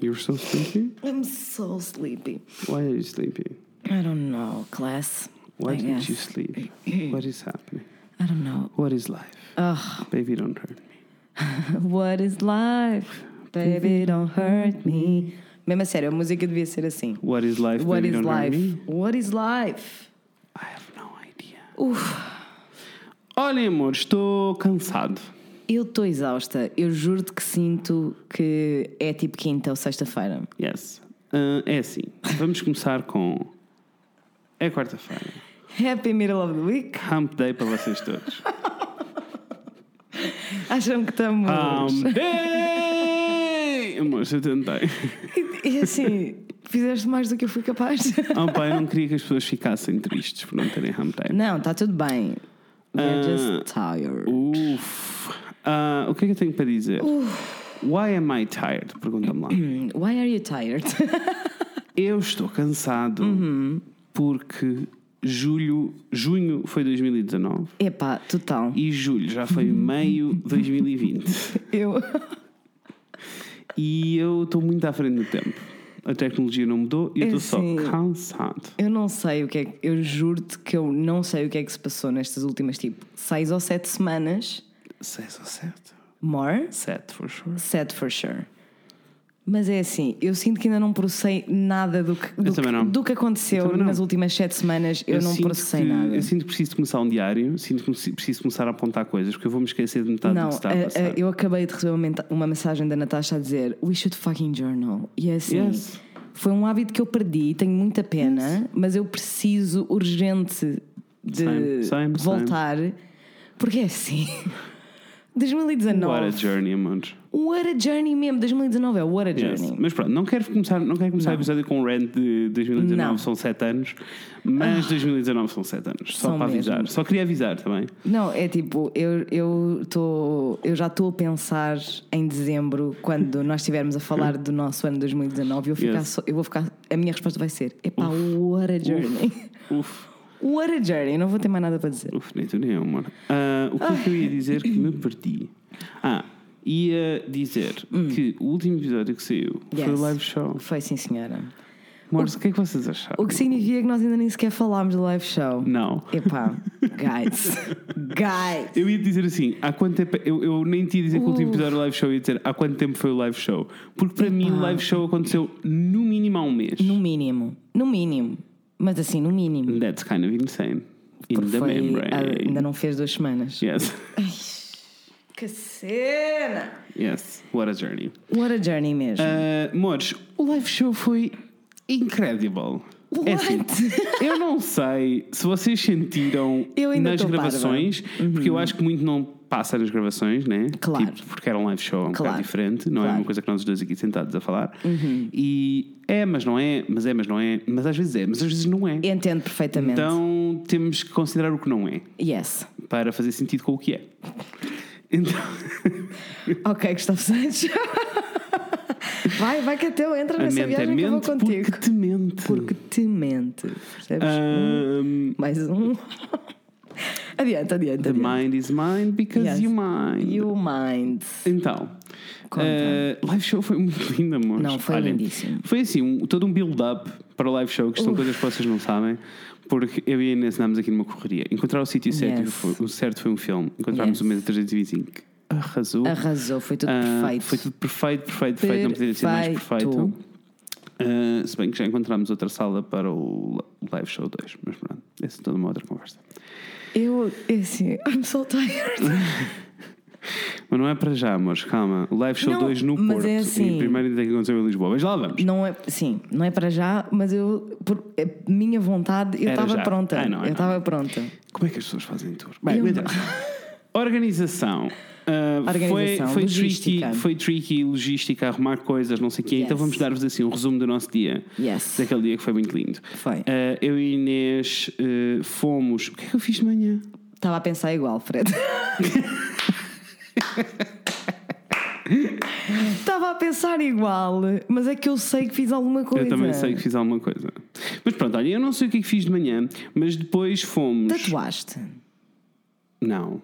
You're so sleepy? I'm so sleepy. Why are you sleepy? I don't know, class. Why I didn't you guess. sleep? what is happening? I don't know. What is life? Ugh. Baby, don't hurt me. What is life? Baby, don't hurt me. Mesmo a sério, a música devia ser assim. What is life? What baby, is don't hurt life? me? What is life? I have no idea. Olha, amor, estou cansado. Eu estou exausta. Eu juro-te que sinto que é tipo quinta ou sexta-feira. Yes. Ah, é assim. Vamos começar com. É quarta-feira. Happy middle of the week. Hump Day para vocês todos. Acham que estamos. Hump Day! Amor, eu tentei. E, e assim, fizeste mais do que eu fui capaz. Oh, pai, eu não queria que as pessoas ficassem tristes por não terem Hump Day. Não, está tudo bem. We're Ah. just tired. Uf. Ah, o que é que eu tenho para dizer? Why am I tired? Pergunta-me lá. Hum, Why are you tired? Eu estou cansado Uhum. porque julho, junho foi 2019 Epá, total. e julho já foi meio 2020. Eu. E eu estou muito à frente do tempo. A tecnologia não mudou e eu É estou só assim. cansado. Eu não sei o que é que. Eu juro-te que eu não sei o que é que se passou nestas últimas, tipo, seis ou sete semanas. Seis ou sete? More? Sete, for sure. Sad for sure. Mas é assim, eu sinto que ainda não processei nada do que, do também que, não. do que Eu aconteceu também não. nas últimas sete semanas. Eu, não sinto processei que- nada. Eu sinto que preciso de começar um diário, sinto que preciso- preciso começar a apontar coisas, porque eu vou me esquecer de metade do não, que está eh, a eh, passar. eu acabei de receber uma, menta- uma mensagem da Natasha a dizer We should fucking journal. E é assim, Yes. foi um hábito que eu perdi, tenho muita pena, mas eu preciso urgente de Same, same, voltar, porque é assim. 2019. What a journey, amor. What a journey mesmo. 2019 é What a Yes. journey. Mas pronto, não quero começar, não quero começar o episódio com o rant de 2019, Não. Ah. são 7 anos, mas 2019 são 7 anos, só São para avisar. mesmo. Só queria avisar também. Não, é tipo, eu, eu, tô, eu já estou a pensar em dezembro, quando nós estivermos a falar do nosso ano 2019, eu, ficar Yes. só- eu vou ficar. A minha resposta vai ser: epá, what a journey! Uf, What a journey! Não vou ter mais nada para dizer. uf, nem tu nem eu, amor. Ah, o que é que eu ia dizer que me perdi? Ah, ia dizer que o último episódio que saiu foi o Hum. Yes. live show. Foi sim, senhora. Amores, o que é que vocês acharam? O que significa que nós ainda nem sequer falámos do live show. Não. Epá, guys, guys. Eu ia dizer assim, há quanto tempo. Eu, eu nem te ia dizer que o Uh. último episódio do live show, eu ia dizer há quanto tempo foi o live show. Porque para mim o live show aconteceu no mínimo há um mês. No mínimo, no mínimo, mas assim, no mínimo. That's kind of insane. In Porque the foi- membrane. ah, ainda não fez duas semanas. Yes, Que cena! yes. What a journey. What a journey mesmo. Uh, Mores, o live show foi incredible. É assim, What? eu não sei se vocês sentiram Eu ainda nas tô Uhum. gravações, porque eu acho que muito não passa nas gravações, né? Claro. Tipo, porque era um live show é um Claro. bocado diferente, não é Claro. Uhum. uma coisa que nós os dois aqui sentados a falar. E é, mas não é, mas é, mas não é, mas às vezes é, mas às vezes não é. Entendo perfeitamente. Então temos que considerar o que não é. Yes. para fazer sentido com o que é. Então, Ok, Gustavo Santos. vai, vai que até eu entro a nessa mente é viagem que eu vou mente contigo. porque te mente. Porque te mente. Percebes? Um, Mais um. adianta, adianta. the adianta. mind is mind because Yes. you mind. You mind. Então, Conta. eh, live show foi muito lindo, amor. Não, foi lindíssimo. Foi assim, um- todo um build-up para o live show, que são coisas que vocês não sabem, porque eu e a Inês andámos aqui numa correria. Encontrar o sítio certo, Yes. foi, o certo foi um filme. Encontrámos Yes. o mês 325, que arrasou. Arrasou, foi tudo Ah, perfeito. Foi tudo perfeito, perfeito, perfeito. Não poderia ser mais Perfeito. perfeito. Ah, se bem que já encontramos outra sala para o Live Show 2, mas pronto, essa é toda uma outra conversa. Eu, é assim, I'm so tired. Mas não é para já, amores, calma. O Live Show Não, 2 no mas Porto. é assim. E primeiro ainda tem que acontecer em Lisboa, mas lá vamos. Não é, sim, não é para já, mas eu, por a minha vontade, eu Era estava já. pronta. I know, I eu know. estava pronta. Como é que as pessoas fazem tour? Bem, Eu não não. interessa. Organização. Ah, Organização, foi, foi, tricky, logística. foi tricky, logística, arrumar coisas, não sei o quê. Então Yes. vamos dar-vos assim um resumo do nosso dia. Yes. Daquele dia que foi muito lindo. Foi. Ah, eu e Inês ah, fomos. O que é que eu fiz de manhã? Estava a pensar igual, Fred. Estava a pensar igual, mas é que eu sei que fiz alguma coisa. Eu também sei que fiz alguma coisa. Mas pronto, olha, eu não sei o que é que fiz de manhã, mas depois fomos. Tatuaste? Não.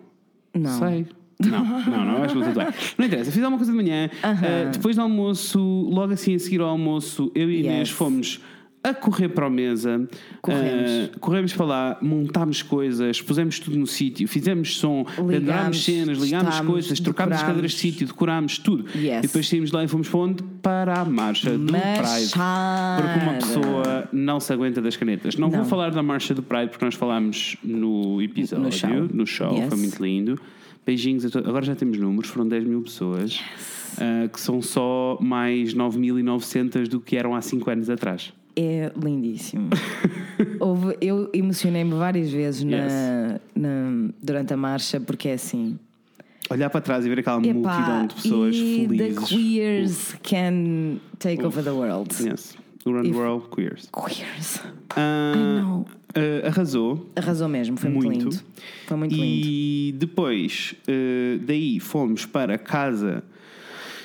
Não. Sei. Não, não, não, eu acho que não tatuei. Não interessa, fiz alguma coisa de manhã. Aham. ah, depois do almoço, logo assim a seguir ao almoço, eu e a Inês Yes. fomos a correr para a mesa. Corremos. Ah, corremos para lá, montámos coisas, pusemos tudo no sítio, fizemos som, Ligámos, pendurámos cenas, ligámos testámos, coisas, trocámos as decorámos. cadeiras de sítio, decorámos tudo. Yes. E depois saímos de lá e fomos para onde? Para a marcha do Pride. Machado. Porque uma pessoa não se aguenta das canetas. Não, vou Ah, é Não. falar da marcha do Pride porque nós falámos no episódio, No show. no show, Yes. foi muito lindo. Beijinhos a todos. Agora já temos números, foram 10 mil pessoas, ah, que são só mais 9.900 do que eram há 5 anos atrás. É lindíssimo. Houve- eu emocionei-me várias vezes na- Yes. na- durante a marcha, porque é assim. Olhar para trás e ver aquela multidão Epá, de pessoas e felizes. The queers can take over the world. Yes. O Run If- World Queers. Queers. Ah, know. ah, arrasou. Arrasou mesmo, foi muito, Muito. lindo. Foi muito lindo. E depois eh, daí fomos para casa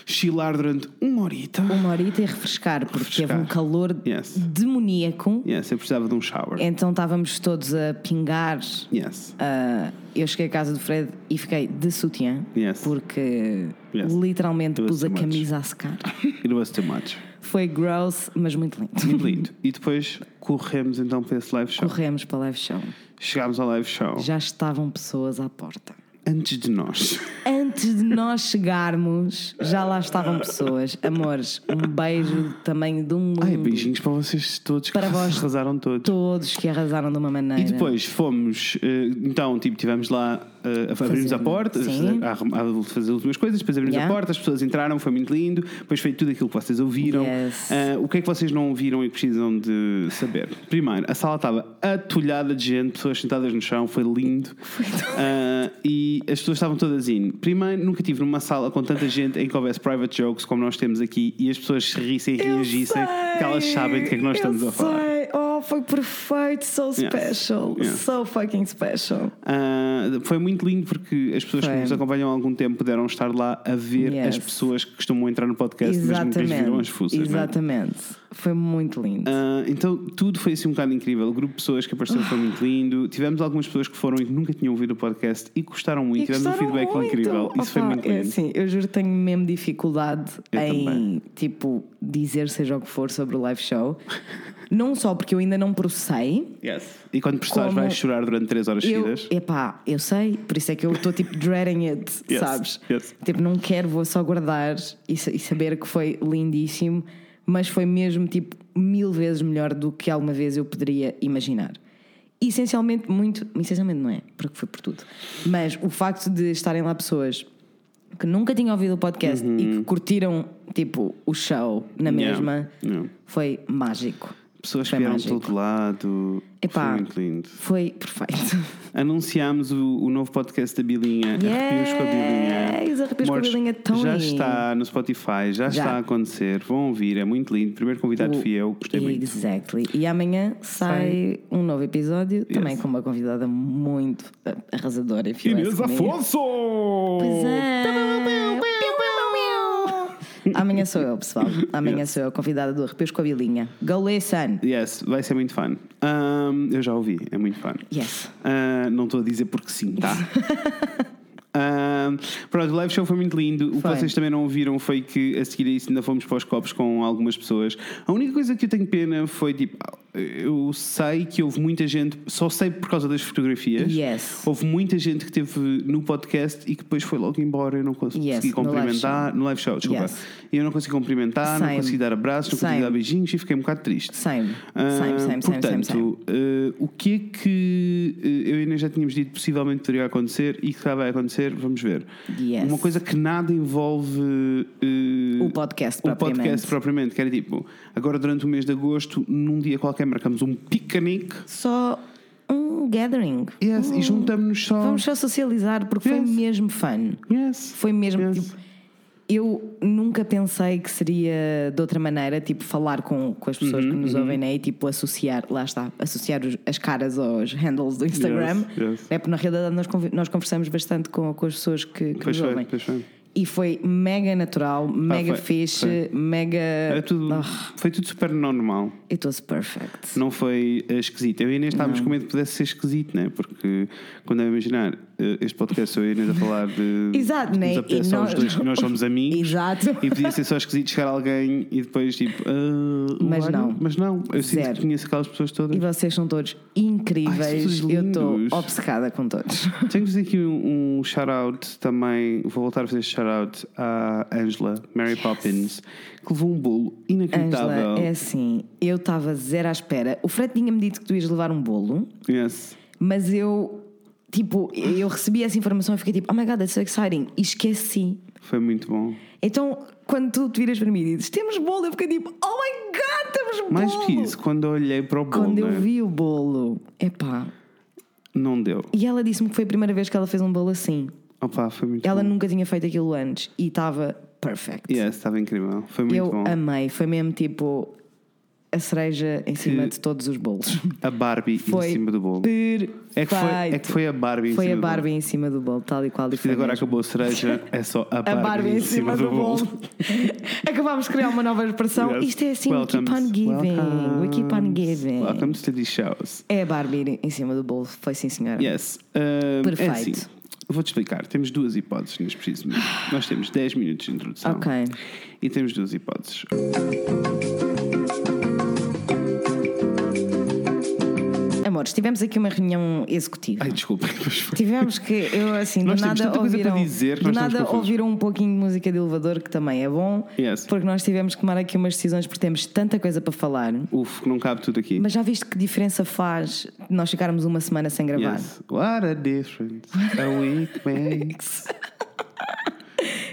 chilar durante uma horita. Uma horita e refrescar, porque teve um Refrescar. calor Yes. demoníaco. Yes, eu precisava de um shower. Então estávamos todos a pingar. Yes. Ah, eu cheguei à casa do Fred e fiquei de sutiã Yes. porque Yes. literalmente It was pus a too much. camisa a secar. It was too much. Foi gross, mas muito lindo. Muito lindo. E depois corremos então para esse live show. Corremos para a live show. Chegámos ao live show Já estavam pessoas à porta. antes de nós. Antes de nós chegarmos, já lá estavam pessoas. Amores, um beijo do tamanho de um mundo. Ai, beijinhos para vocês todos Para que vós arrasaram todos. Todos que arrasaram de uma maneira. E depois fomos, eh, então, tipo, tivemos lá, eh, a- abrimos a Fazer- um- porta, sim. a, a- a fazer as últimas coisas, depois abrimos Yeah. a porta, as pessoas entraram, foi muito lindo, depois foi tudo aquilo que vocês ouviram. Yes. Eh, o que é que vocês não ouviram e que precisam de saber? Primeiro, a sala estava atulhada de gente, pessoas sentadas no chão, foi lindo. Eh, e as pessoas estavam todas in. Primeiro, nunca tive numa sala com tanta gente em que houvesse private jokes como nós temos aqui e as pessoas se rissem e Eu reagissem, é que elas sei, sabem do que é que nós estamos eu a falar. sei. Oh, foi perfeito, so special, Yes. so fucking special. Ah, foi muito lindo porque as pessoas Foi. que nos acompanham há algum tempo puderam estar lá a ver Yes. as pessoas que costumam entrar no podcast, mesmo que eles viram as Exatamente. fuças. não é? Exatamente. Foi muito lindo. Ah, então tudo foi assim um bocado incrível. O grupo de pessoas que apareceu foi muito lindo. Tivemos algumas pessoas que foram e que nunca tinham ouvido o podcast e gostaram muito. E Tivemos um gostaram feedback muito. incrível. Isso foi Opa, muito é lindo. assim, eu juro que tenho mesmo dificuldade Eu em, também. tipo, dizer seja o que for sobre o live show. não só porque eu ainda não processei. Yes. E quando precisares, Como- vais chorar durante 3 horas Eu, seguidas. epá, eu sei, por isso é que eu estou tipo dreading it, Yes, sabes? yes. Tipo, não quero, vou só guardar e, sa- e saber que foi lindíssimo, mas foi mesmo tipo mil vezes melhor do que alguma vez eu poderia imaginar. Essencialmente, muito, essencialmente não é, porque foi por tudo. Mas o facto de estarem lá pessoas que nunca tinham ouvido o podcast e que curtiram tipo o show na Uhum. Yeah, mesma yeah. foi mágico. Pessoas que Foi vieram de mágico. todo lado. Epá. Foi muito lindo. Foi perfeito. Anunciámos o, o novo podcast da Bilinha, Yes, Arrepios com a Bilinha. Arrepios com a Mores, Bilinha, Tony. Já está no Spotify, já, está a acontecer. Vão ouvir, é muito lindo. Primeiro convidado fui Tá, eu, gostei muito. Exactly. E amanhã sai, um novo episódio, também Yes. com uma convidada muito ah, arrasadora. if you ask me. Afonso! Pois é. Amanhã sou eu, pessoal. Amanhã sou eu, convidada do Arrepios com a Bilinha. Go listen. Yes, vai ser muito fun. Ahm, eu já ouvi, é muito fun. Yes. Ah, não estou a dizer porque sim, tá? Ah, pronto, o live show foi muito lindo. O Foi. que vocês também não ouviram foi que a seguir a isso ainda fomos para os copos com algumas pessoas. A única coisa que eu tenho pena foi tipo, eu sei que houve muita gente, só sei por causa das fotografias. Yes. Houve muita gente que teve no podcast e que depois foi logo embora. Eu não consegui Yes, no live cumprimentar. No live show, desculpa. Yes. Eu não consegui cumprimentar, não Same. consegui dar abraços, não consegui Same. dar beijinhos e fiquei um bocado triste. Same. Ah, Same, same, same, portanto, same, same. eh, o que é que eh, eu e a Inês já tínhamos dito possivelmente poderia acontecer e que já vai acontecer, vamos ver. Yes. Uma coisa que nada envolve eh, O podcast o podcast propriamente. propriamente, que era tipo, agora durante o mês de agosto, num dia qualquer, marcamos um piquenique Só um gathering. Um. yes, e juntamos-nos só. Uh, Vamos só socializar porque foi Yes. mesmo fun. Yes. Foi mesmo Yes. tipo. Eu nunca pensei que seria de outra maneira, tipo, falar com, com as Uhum, pessoas que nos ouvem, né? E tipo, associar, lá está, associar os- as caras aos handles do Instagram. né, Yes, yes. É porque na realidade nós, convi- nós conversamos bastante com, com as pessoas que, que Pois nos foi, ouvem. pois foi. Ah, E foi mega natural, mega foi- fixe, mega. Era tudo, Ah, Foi tudo super normal. it was perfect. Não foi eh, esquisito. Eu e a Inês estávamos com medo que pudesse ser esquisito, né? Porque quando eu imaginar eh, este podcast sou eu e a Inês a falar de. Exato, de né? Nos apetece E só nós- os dois que nós somos amigos. Exato. E podia ser só esquisito chegar alguém e depois tipo. ah, Mas olha, não. Mas não. Eu sinto Zero. que conheço aquelas pessoas todas. E vocês são todos Ai, incríveis. vocês são Eu estou lindos. obcecada com todos. Tenho que fazer aqui um, um shout-out também. Vou voltar a fazer este shout-out à Angela, Mary Poppins, que levou um bolo inacreditável. Angela, é assim, eu estava zero à espera. O Fred tinha-me dito que tu ias levar um bolo, Yes. mas eu, tipo, eu recebi essa informação e fiquei tipo, oh my god, that's so exciting. E esqueci. Foi muito bom. Então, quando tu te viras para mim e dizes, temos bolo, eu fiquei tipo, oh my god, temos bolo. Mais que isso, quando eu olhei para o bolo, Quando eu né? vi o bolo, epá. não deu. E ela disse-me que foi a primeira vez que ela fez um bolo assim. Opa, foi muito Ela bom. nunca tinha feito aquilo antes e estava perfect. Yes, estava incrível. Foi muito eu bom. amei, foi mesmo tipo a cereja em cima Que- de todos os bolos. A Barbie Foi em cima do bolo. Perfeito. É que, foi, é que foi a Barbie Foi em a cima Barbie em cima do bolo, tal e qual. E do bolo. E foi agora mesmo. acabou a cereja, é só a a Barbie, Barbie em cima do bolo. Acabámos de criar uma nova expressão. Yes. Isto é assim, we Welcomes. keep on giving. We keep on Welcomes. giving. Welcomes to these shows. É a Barbie em cima do bolo, foi sim, senhora. Yes. Um, Perfeito. É assim, Vou-te explicar. Temos duas hipóteses neste preciso momento. Nós temos 10 minutos de introdução. Ok. E temos duas hipóteses. Amores, tivemos aqui uma reunião executiva. Ai, desculpa. mas foi- Tivemos que, eu assim, do Nós temos nada tanta coisa para ouviram, dizer que do nós estamos nada confusos. ouviram um pouquinho de música de elevador, que também é bom, Yes. porque nós tivemos que tomar aqui umas decisões porque temos tanta coisa para falar. Uf, que não cabe tudo aqui. Mas já viste que diferença faz nós ficarmos uma semana sem gravar? Yes. What a difference a week makes.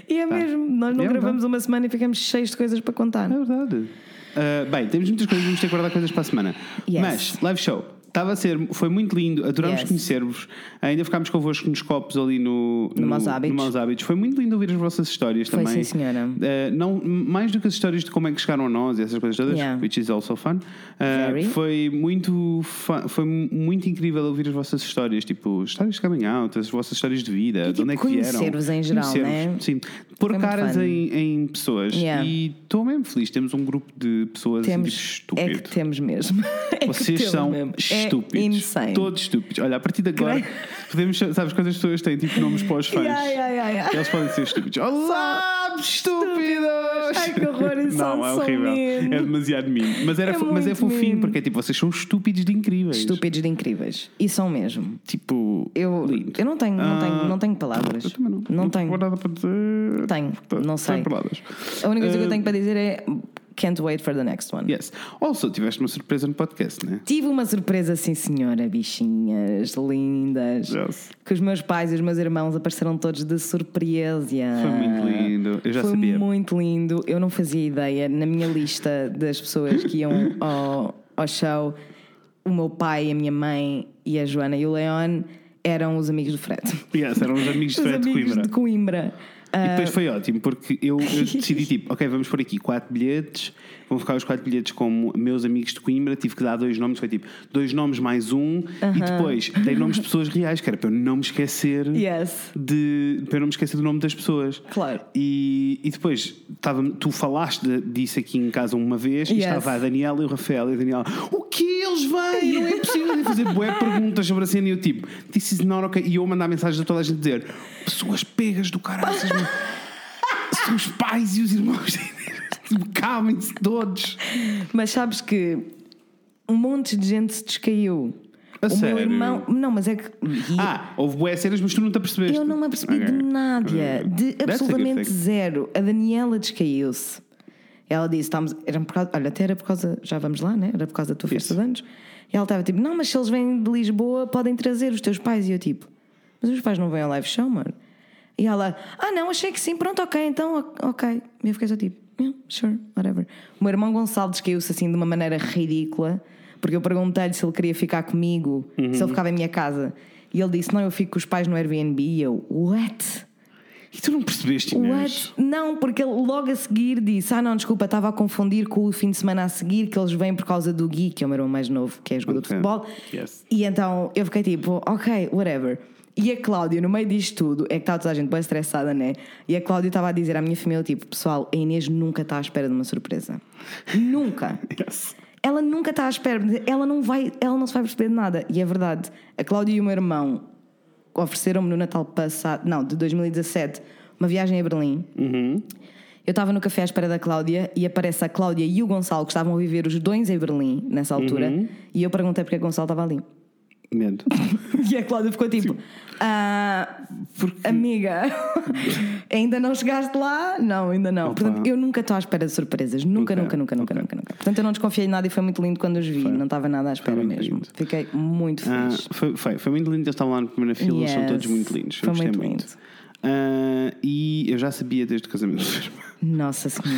E é mesmo, nós não É gravamos uma semana e ficamos cheios de coisas para contar. É verdade. Uh, bem, temos muitas coisas, vamos ter que guardar coisas para a semana. Yes. Mas, live show. Estava a ser, foi muito lindo, adorámos Yes. conhecer-vos. Ainda ficámos convosco nos copos ali no, no, Maus Hábitos. no Maus Hábitos. Foi muito lindo ouvir as vossas histórias Foi, sim, também. senhora. Uh, não, mais do que as histórias de como é que chegaram a nós e essas coisas todas, Yeah. which is also fun. Uh, Very. foi muito fu- foi muito incrível ouvir as vossas histórias, tipo, histórias de coming out, as vossas histórias de vida, de tipo, onde é que vieram. conhecer-vos em geral, Conhecer-vos, né? Sim. Pôr muito caras fun. em, em pessoas. Yeah. E estou mesmo feliz. Temos um grupo de pessoas Temos, tipo, é estúpido. que temos mesmo. É que Vocês temos são mesmo. É estúpidos. insane. Todos estúpidos. Olha, a partir de agora, Creio. podemos. Sabes quando as pessoas têm tipo nomes para os fãs? Yeah, yeah, yeah, yeah. Eles podem ser estúpidos. Olá, estúpidos! Ai, que horror, isso Não, é são horrível. mean. É demasiado mino. Mas, era, É fo- mas é muito fofinho, mean. porque é tipo, vocês são estúpidos de incríveis. Estúpidos de incríveis. E são mesmo. Tipo, Eu, lindo. eu não, tenho, não, tenho, Ah, não tenho palavras. Eu também não. Não tenho tenho. nada para dizer. Tenho, não sei. Sem palavras. A única coisa que Ah, eu tenho para dizer é can't wait for the next one. Yes. Also, tiveste uma surpresa no podcast, né? Tive uma surpresa, sim senhora, bichinhas lindas. Yes. Que os meus pais e os meus irmãos apareceram todos de surpresa. Foi muito lindo. Eu já Foi sabia. muito lindo. Eu não fazia ideia. Na minha lista das pessoas que iam ao, ao show, o meu pai, a minha mãe e a Joana e o Leon eram os amigos do Fred. Yes, eram os amigos de os Fred de amigos Coimbra. de Coimbra. Ah, E depois foi ótimo, porque eu, eu decidi tipo, ok, vamos pôr aqui quatro bilhetes, vão ficar os quatro bilhetes como meus amigos de Coimbra, tive que dar dois nomes, foi tipo, dois nomes mais um, e depois dei nomes de pessoas reais, que era para eu não me esquecer Yes. de para eu não me esquecer do nome das pessoas. Claro. E, e depois estava, tu falaste de- disso aqui em casa uma vez e Yes. estava a Daniela e o Rafael e a Daniela, o que eles vêm? Não é possível e fazer bué perguntas sobre a cena e eu tipo, this is not okay. E eu a mandar mensagens a toda a gente dizer pessoas pegas do caralho, são os pais e os irmãos. tipo, Calmem-se todos. Mas sabes que um monte de gente se descaiu. A o sério? meu irmão. Não, mas é que. e Ah, houve bué cenas, mas tu não te apercebeste. Eu não me apercebi de nada, de absolutamente zero. A Daniela descaiu-se. Ela disse: estamos, era por causa, olha, até era por causa, já vamos lá, né? Era por causa da tua festa de anos. E ela estava tipo: não, mas se eles vêm de Lisboa, podem trazer os teus pais. E eu tipo: mas os pais não vêm ao live show, mano. E ela: ah, não, achei que sim, pronto, ok, então, o- ok. E eu fiquei só tipo: yeah, sure, whatever. O meu irmão Gonçalo descaiu-se assim de uma maneira ridícula, porque eu perguntei-lhe se ele queria ficar comigo, se ele ficava em minha casa. E ele disse: não, eu fico com os pais no Airbnb. E eu: what? E tu não percebeste, Inês? What? Não, porque ele logo a seguir disse: Ah, não, desculpa, estava a confundir com o fim de semana a seguir, que eles vêm por causa do Gui, que é o meu irmão mais novo, que é jogador Ok. de futebol. Yes. E então eu fiquei tipo: Ok, whatever. E a Cláudia, no meio disto tudo, é que estava toda a gente bem estressada, né? E a Cláudia estava a dizer à minha família: tipo, pessoal, a Inês nunca está à espera de uma surpresa. Nunca. Yes. Ela nunca está à espera, ela não, vai, ela não se vai perceber de nada. E é verdade. A Cláudia e o meu irmão ofereceram-me no Natal passado, não, de 2017, uma viagem a Berlim. Eu estava no café à espera da Cláudia e aparece a Cláudia e o Gonçalo, que estavam a viver os dois em Berlim nessa altura. E eu perguntei porque é que o Gonçalo estava ali. Medo. E a Cláudia ficou tipo: "Ah, Amiga, ainda não chegaste lá? Não, ainda não. Opa. Portanto, eu nunca estou à espera de surpresas. Nunca, Ok, nunca, nunca, nunca, ok. nunca, nunca. Portanto, eu não desconfiei de nada e foi muito lindo quando os vi. Não estava nada à espera muito mesmo. lindo. Fiquei muito Ah, feliz. foi, foi, foi muito lindo, eles estavam lá na primeira fila, eles são Yes. todos muito lindos. Eu Foi gostei muito muito. lindo. Ah, e eu já sabia desde o casamento Nossa Senhora.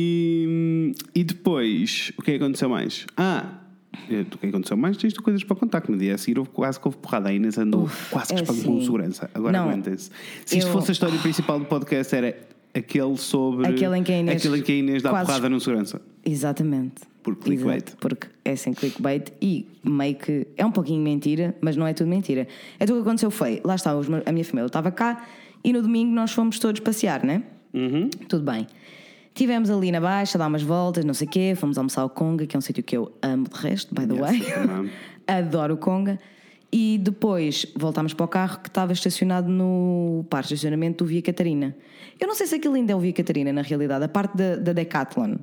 E, e depois, o que é que aconteceu mais? Ah, eh, o que é que aconteceu mais? Tens tu coisas para contar, que no dia a seguir houve, quase que houve porrada. A Inês andou quase que é espalhou com sim. segurança. Agora Não, aguentem-se. Se isto eu- fosse a história principal do podcast, era aquele sobre. Aquele em que a Inês aquele em que a Inês dá quase- porrada no segurança. Exatamente. Por clickbait. Exato, porque é sem clickbait e meio que é um pouquinho mentira, mas não é tudo mentira. É tudo o que aconteceu foi, lá está, os meus- a minha família estava cá e no domingo nós fomos todos passear, né? Uhum. Tudo bem. Tivemos ali na Baixa, dar umas voltas, não sei o quê, fomos almoçar ao Conga, que é um sítio que eu amo de resto, by the Yes, way. eu também amo. Adoro o Conga. E depois voltámos para o carro que estava estacionado no parque de estacionamento do Via Catarina. Eu não sei se aquilo ainda é o Via Catarina, na realidade, a parte da, da Decathlon.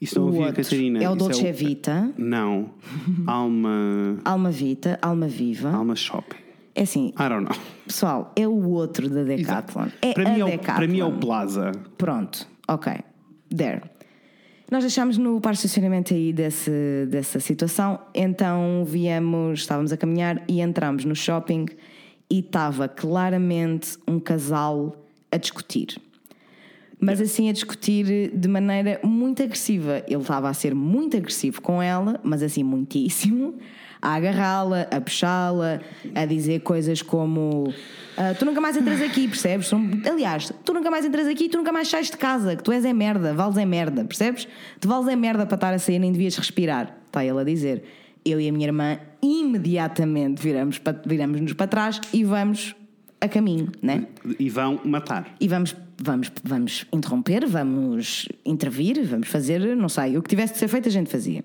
Isso não O havia, outro Catarina. é o isso Dolce Vita. Não. Alma. Alma Vita, Alma Viva. Alma Shopping. É assim, I don't know. pessoal, é o outro da Decathlon. É para, a mim é o, Decathlon. para mim é o Plaza. Pronto, ok. There. Nós deixámos no par de estacionamento aí desse, dessa situação, então viemos, estávamos a caminhar e entramos no shopping e estava claramente um casal a discutir. Mas assim a discutir de maneira muito agressiva. Ele estava a ser muito agressivo com ela, mas assim muitíssimo, a agarrá-la, a puxá-la, a dizer coisas como "Ah, tu nunca mais entras aqui, percebes? Tu não- Aliás, tu nunca mais entras aqui, tu nunca mais sais de casa, que tu és é merda, vales é merda, percebes? Tu vales é merda para estar a sair, nem devias respirar, está ele a dizer. Eu e a minha irmã imediatamente viramos-nos para, viramos para trás e vamos a caminho, né? E vão matar. e vamos, vamos, vamos interromper, vamos intervir, vamos fazer, não sei, o que tivesse de ser feito a gente fazia.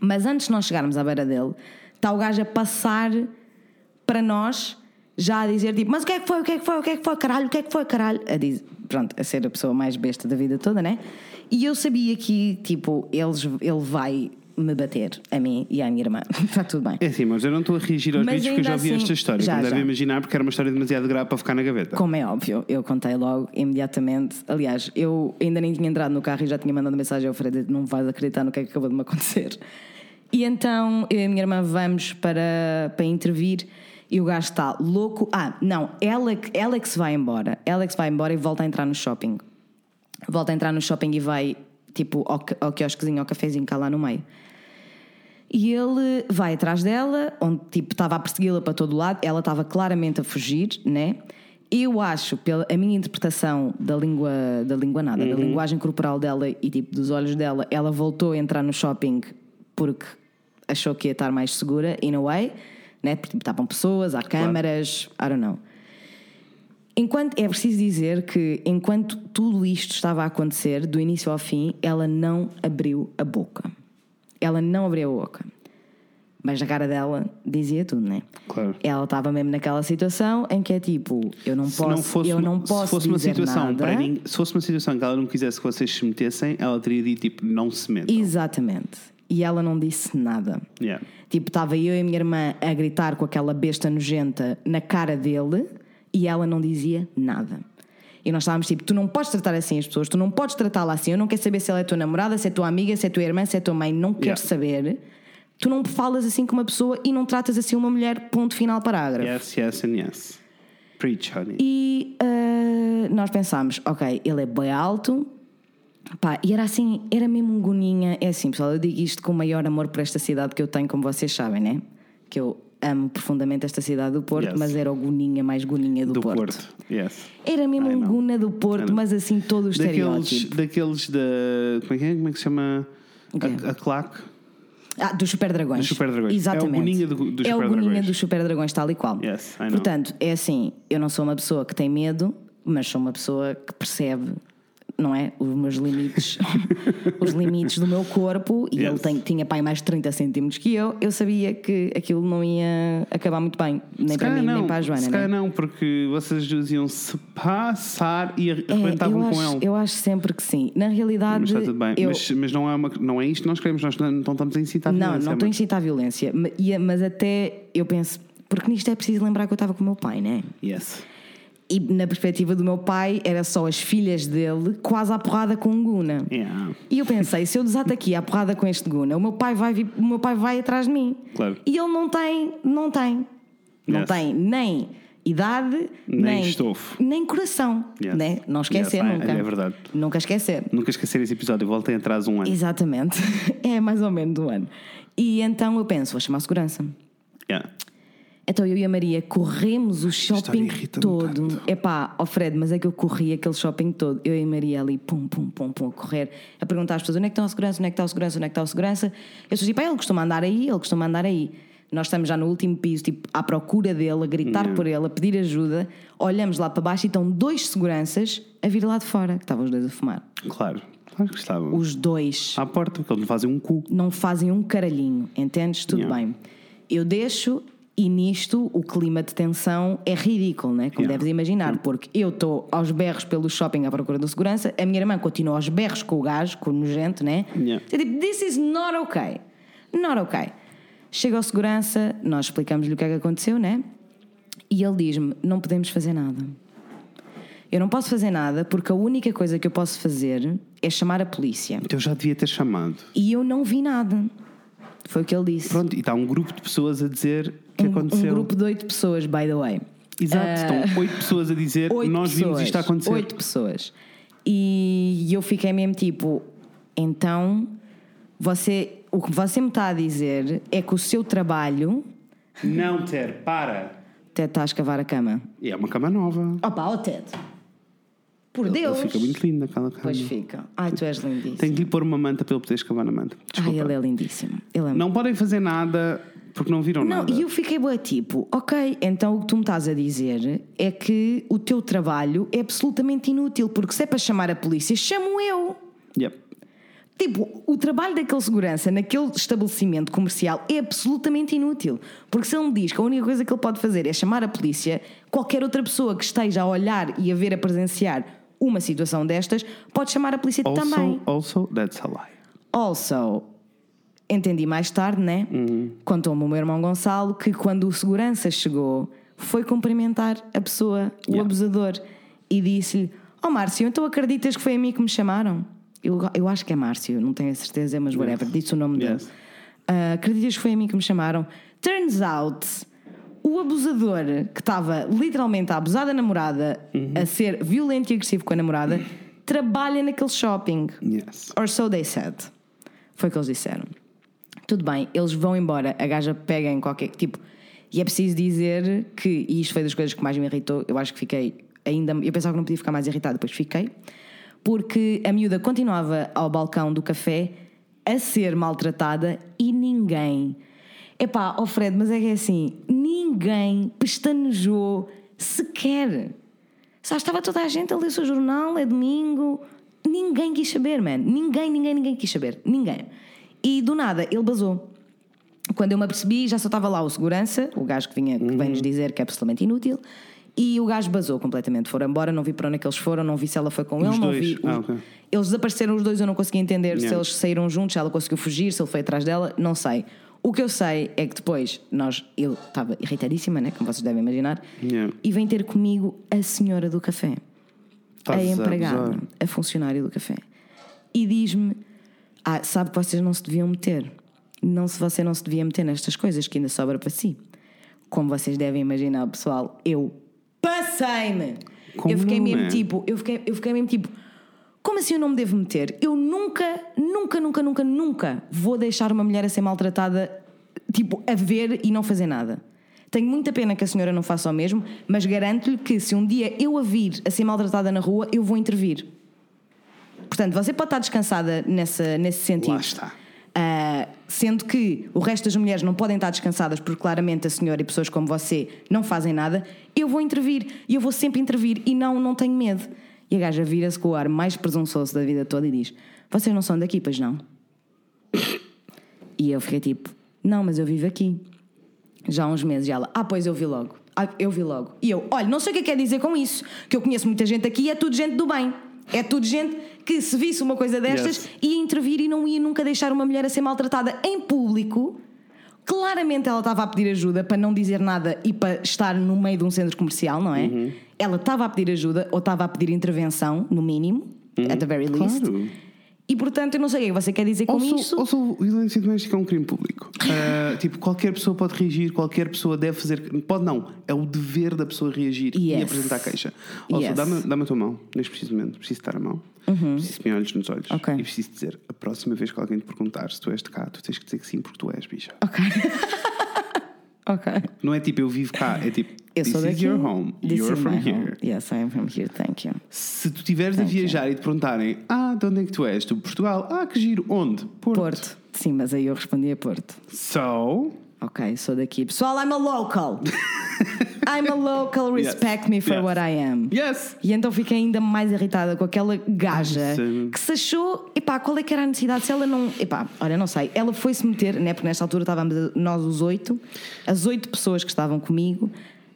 Mas antes de nós chegarmos à beira dele, está o gajo a passar para nós, já a dizer tipo: Mas o que é que foi, o que é que foi, o que é que foi, caralho, o que é que foi, caralho? A dizer, pronto, a ser a pessoa mais besta da vida toda, né? E eu sabia que, tipo, eles, ele vai me bater a mim e à minha irmã. Está tudo bem. É assim, mas eu não estou a reagir aos Mas vídeos porque eu já ainda ouvi assim- esta história. já, como devem já. imaginar, porque era uma história demasiado grave para ficar na gaveta. Como é óbvio, eu contei logo imediatamente. Aliás, eu ainda nem tinha entrado no carro e já tinha mandado mensagem ao Fred: não vais acreditar no que é que acabou de me acontecer. E então eu e a minha irmã vamos para, para intervir e o gajo está louco. Ah, não, ela, que- ela é que se vai embora. Ela é que se vai embora e volta a entrar no shopping. Volta a entrar no shopping e vai tipo ao, ca- ao quiosquezinho, ao cafezinho que há lá no meio. E ele vai atrás dela, onde tipo estava a persegui-la para todo lado, ela estava claramente a fugir, né? Eu acho, pela a minha interpretação da língua, da língua nada, da linguagem corporal dela e tipo dos olhos dela, ela voltou a entrar no shopping porque achou que ia estar mais segura, in a way, né? Porque tipo, estavam pessoas, há câmaras, I don't know. Enquanto, é preciso dizer que enquanto tudo isto estava a acontecer, do início ao fim, ela não abriu a boca. Ela não abriu a boca. Mas na cara dela dizia tudo, né? Claro. Ela estava mesmo naquela situação em que é tipo, eu não Se posso, eu uma- não posso se fosse uma dizer situação nada. para mim, se fosse uma situação que ela não quisesse que vocês se metessem, ela teria dito tipo, não se metam. Exatamente. E ela não disse nada. Yeah. Tipo, estava eu e a minha irmã a gritar com aquela besta nojenta na cara dele e ela não dizia nada. E nós estávamos tipo, tu não podes tratar assim as pessoas, tu não podes tratá-la assim. Eu não quero saber se ela é tua namorada, se é tua amiga, se é tua irmã, se é tua mãe, não quero Yeah. saber. Tu não falas assim com uma pessoa e não tratas assim uma mulher, ponto final, parágrafo. Yes, yes and yes. Preach, honey. E ah, nós pensámos, ok, ele é bem alto. Pá, e era assim, era mesmo um goninha. É assim, pessoal, eu digo isto com o maior amor por esta cidade que eu tenho, como vocês sabem, né? Que eu amo profundamente esta cidade do Porto, Yes. mas era o goninha mais goninha do, do Porto. Porto. Yes. Era mesmo I um know. guna do I Porto, know. mas assim, todo o estereótipo. Daqueles, daqueles da. Como é que é? Como é que se chama? O quê? A, a claque. Ah, dos Super Dragões. Dos Super Dragões. Exatamente. É o Boninha do- dos É o Super Boninha Dragões. dos Super Dragões, tal e qual. Yes, I know. Portanto, é assim, eu não sou uma pessoa que tem medo, mas sou uma pessoa que percebe, não é? Os meus limites, os limites do meu corpo, e Yes. ele tem- tinha pai mais 30 centímetros que eu, eu sabia que aquilo não ia acabar muito bem, nem Se para calhar mim, não, nem para a Joana. Se não é? calhar não, porque vocês duas iam se passar e É, arrebentavam eu, com acho, ele. eu acho sempre que sim. Na realidade. Mas está tudo bem. eu- Mas, mas não, é uma, não é isto que nós queremos, nós não não é estamos a incitar Não, violência, não estou a mas- incitar a violência. ma- e a- Mas até eu penso, porque nisto é preciso lembrar que eu estava com o meu pai, né? Yes. E na perspectiva do meu pai, era só as filhas dele quase à porrada com o Guna. Yeah. E eu pensei, se eu desato aqui à porrada com este Guna, o meu pai vai, vir- o meu pai vai atrás de mim. Claro. E ele não tem, não tem. Não Yes. tem nem idade, Nem nem, estofo. nem coração. Yes. Né? Não esquecer Yes, é- nunca. é verdade. Nunca esquecer. Nunca esquecer esse episódio, voltem atrás um ano. Exatamente. É mais ou menos um ano. E então eu penso, vou chamar a segurança. Yeah. Então eu e a Maria corremos o shopping irrita-me todo. tanto. Epá, ó Fred, mas é que eu corri aquele shopping todo. Eu e a Maria ali, pum, pum, pum, pum, a correr, a perguntar às pessoas onde é que estão a segurança, onde é que está a segurança, onde é que está a segurança. Eu estou tipo, ah, ele costuma andar aí, ele costuma andar aí. Nós estamos já no último piso, tipo, à procura dele, a gritar por ele, a pedir ajuda. Olhamos lá para baixo e estão dois seguranças a vir lá de fora, que estavam os dois a fumar. Claro, claro que estavam. Os dois À porta, porque eles não fazem um cu. não fazem um caralhinho, entendes? Tudo Yeah. bem. Eu deixo e nisto o clima de tensão é ridículo, né? como Yeah. deves imaginar, porque eu estou aos berros pelo shopping à procura do segurança, a minha irmã continua aos berros com o gajo, com o nojento, né? Yeah. É tipo, this is not okay. Not okay. Chega ao segurança, nós explicamos-lhe o que é que aconteceu, né? E ele diz-me: não podemos fazer nada. Eu não posso fazer nada porque a única coisa que eu posso fazer é chamar a polícia. Então eu já devia ter chamado. E eu não vi nada. Foi o que ele disse. Pronto, e está um grupo de pessoas a dizer o que um, aconteceu. um grupo de oito pessoas, by the way. Exato, Ah, estão oito pessoas a dizer oito nós vimos isto a acontecer. Oito pessoas. E eu fiquei mesmo tipo, então você, o que você me está a dizer é que o seu trabalho Não ter, para. até está a escavar a cama. E é uma cama nova. Opa, ó Ted. Por Deus. Ele fica muito lindo naquela cama. Pois fica. Ai, tu és lindíssimo. Tenho que lhe pôr uma manta para ele poder escavar na manta. Ai, Desculpa. ele é lindíssimo. Ele é Não podem fazer nada porque não viram Não, nada. e eu fiquei boa tipo, ok, então o que tu me estás a dizer é que o teu trabalho é absolutamente inútil, porque se é para chamar a polícia, chamo eu. Yep. Tipo, o trabalho daquele segurança naquele estabelecimento comercial é absolutamente inútil. Porque se ele me diz que a única coisa que ele pode fazer é chamar a polícia, qualquer outra pessoa que esteja a olhar e a ver, a presenciar uma situação destas, pode chamar a polícia também. Also, also, that's a lie. Also, entendi mais tarde, né? Uhum. Contou-me o meu irmão Gonçalo que quando o segurança chegou foi cumprimentar a pessoa, o Yeah. abusador, e disse-lhe: Oh Márcio, então acreditas que foi a mim que me chamaram? Eu, eu acho que é Márcio, não tenho a certeza, mas whatever, disse o nome Yes. dele. Ah, acreditas que foi a mim que me chamaram? Turns out, o abusador que estava literalmente a abusar da namorada, Uhum. a ser violento e agressivo com a namorada, trabalha naquele shopping. Yes. Or so they said. Foi o que eles disseram. Tudo bem, eles vão embora, a gaja pega em qualquer tipo. E é preciso dizer que, e isto foi das coisas que mais me irritou, eu acho que fiquei ainda. Eu pensava que não podia ficar mais irritada, depois fiquei, porque a miúda continuava ao balcão do café a ser maltratada e ninguém. Epá, oh Fred, mas é que é assim, ninguém pestanejou sequer. Só estava toda a gente a ler o seu jornal, é domingo. Ninguém quis saber, man. Ninguém, ninguém, ninguém quis saber. Ninguém. E do nada, ele basou. Quando eu me apercebi, já só estava lá o segurança, o gajo que, vinha, que vem Uhum. nos dizer que é absolutamente inútil. E o gajo basou completamente. Foram embora, não vi para onde é que eles foram, não vi se ela foi com ele, não dois? vi. Ah, ok. Eles desapareceram os dois, eu não consegui entender se Yeah. eles saíram juntos, se ela conseguiu fugir, se ele foi atrás dela, não sei. O que eu sei é que depois nós, eu estava irritadíssima, né? como vocês devem imaginar, Yeah. e vem ter comigo a senhora do café, Estás a empregada, abusar. a funcionária é do café, e diz-me: Ah, sabe que vocês não se deviam meter. Não se você não se devia meter nestas coisas que ainda sobra para si. Como vocês devem imaginar, pessoal, eu passei-me. Como Eu fiquei não, mesmo né? tipo, eu fiquei, eu fiquei mesmo tipo, como assim eu não me devo meter? Eu nunca, nunca, nunca, nunca, nunca vou deixar uma mulher a ser maltratada, tipo, a ver e não fazer nada. Tenho muita pena que a senhora não faça o mesmo, mas garanto-lhe que se um dia eu a vir a ser maltratada na rua, eu vou intervir. Tipo, Portanto, você pode estar descansada nessa, nesse sentido. Lá está. Ah, Sendo que o resto das mulheres não podem estar descansadas porque claramente a senhora e pessoas como você não fazem nada, eu vou intervir e eu vou sempre intervir e não, não tenho medo. E a gaja vira-se com o ar mais presunçoso da vida toda e diz: Vocês não são daqui, pois não? E eu fiquei tipo: Não, mas eu vivo aqui. Já há uns meses. E ela: Ah, pois eu vi logo. Ah, eu vi logo. E eu: Olha, não sei o que é que quer dizer com isso, que eu conheço muita gente aqui e é tudo gente do bem. É tudo gente que, se visse uma coisa destas, Yes. ia intervir e não ia nunca deixar uma mulher a ser maltratada em público. Claramente ela estava a pedir ajuda para não dizer nada e para estar no meio de um centro comercial, não é? Uhum. Ela estava a pedir ajuda ou estava a pedir intervenção, no mínimo, at the very least. Uhum. Claro. E portanto, eu não sei o que é que você quer dizer com isso. Ou sou violência doméstica é um crime público. Ah, tipo, qualquer pessoa pode reagir, qualquer pessoa deve fazer. Pode não. É o dever da pessoa reagir e Yes. apresentar queixa. Ou Yes. Uhum. dá-me dá-me a tua mão, neste preciso momento. Preciso dar a mão. Preciso que me olhes nos olhos. Ok. E preciso dizer: a próxima vez que alguém te perguntar se tu és de cá, tu tens que dizer que sim, porque tu és, bicha. Ok. ok. Não é tipo eu vivo cá, é tipo. Eu This sou is daqui. your home. This You're is from my here. home. Yes, I am from here. Thank you. Se tu estiveres a Thank you. viajar e te perguntarem: Ah, de onde é que tu és? Tu, Portugal. Ah, que giro. Onde? Porto. Porto. Sim, mas aí eu respondi a Porto. So. Ok, sou daqui. Pessoal, I'm a local. I'm a local. Respect me for Yes. what I am. Yes! E então fiquei ainda mais irritada com aquela gaja Sim. que se achou, epá, qual é que era a necessidade se ela não. Epá, olha, não sei. Ela foi-se meter, né? Porque nesta altura estávamos nós os oito, as oito pessoas que estavam comigo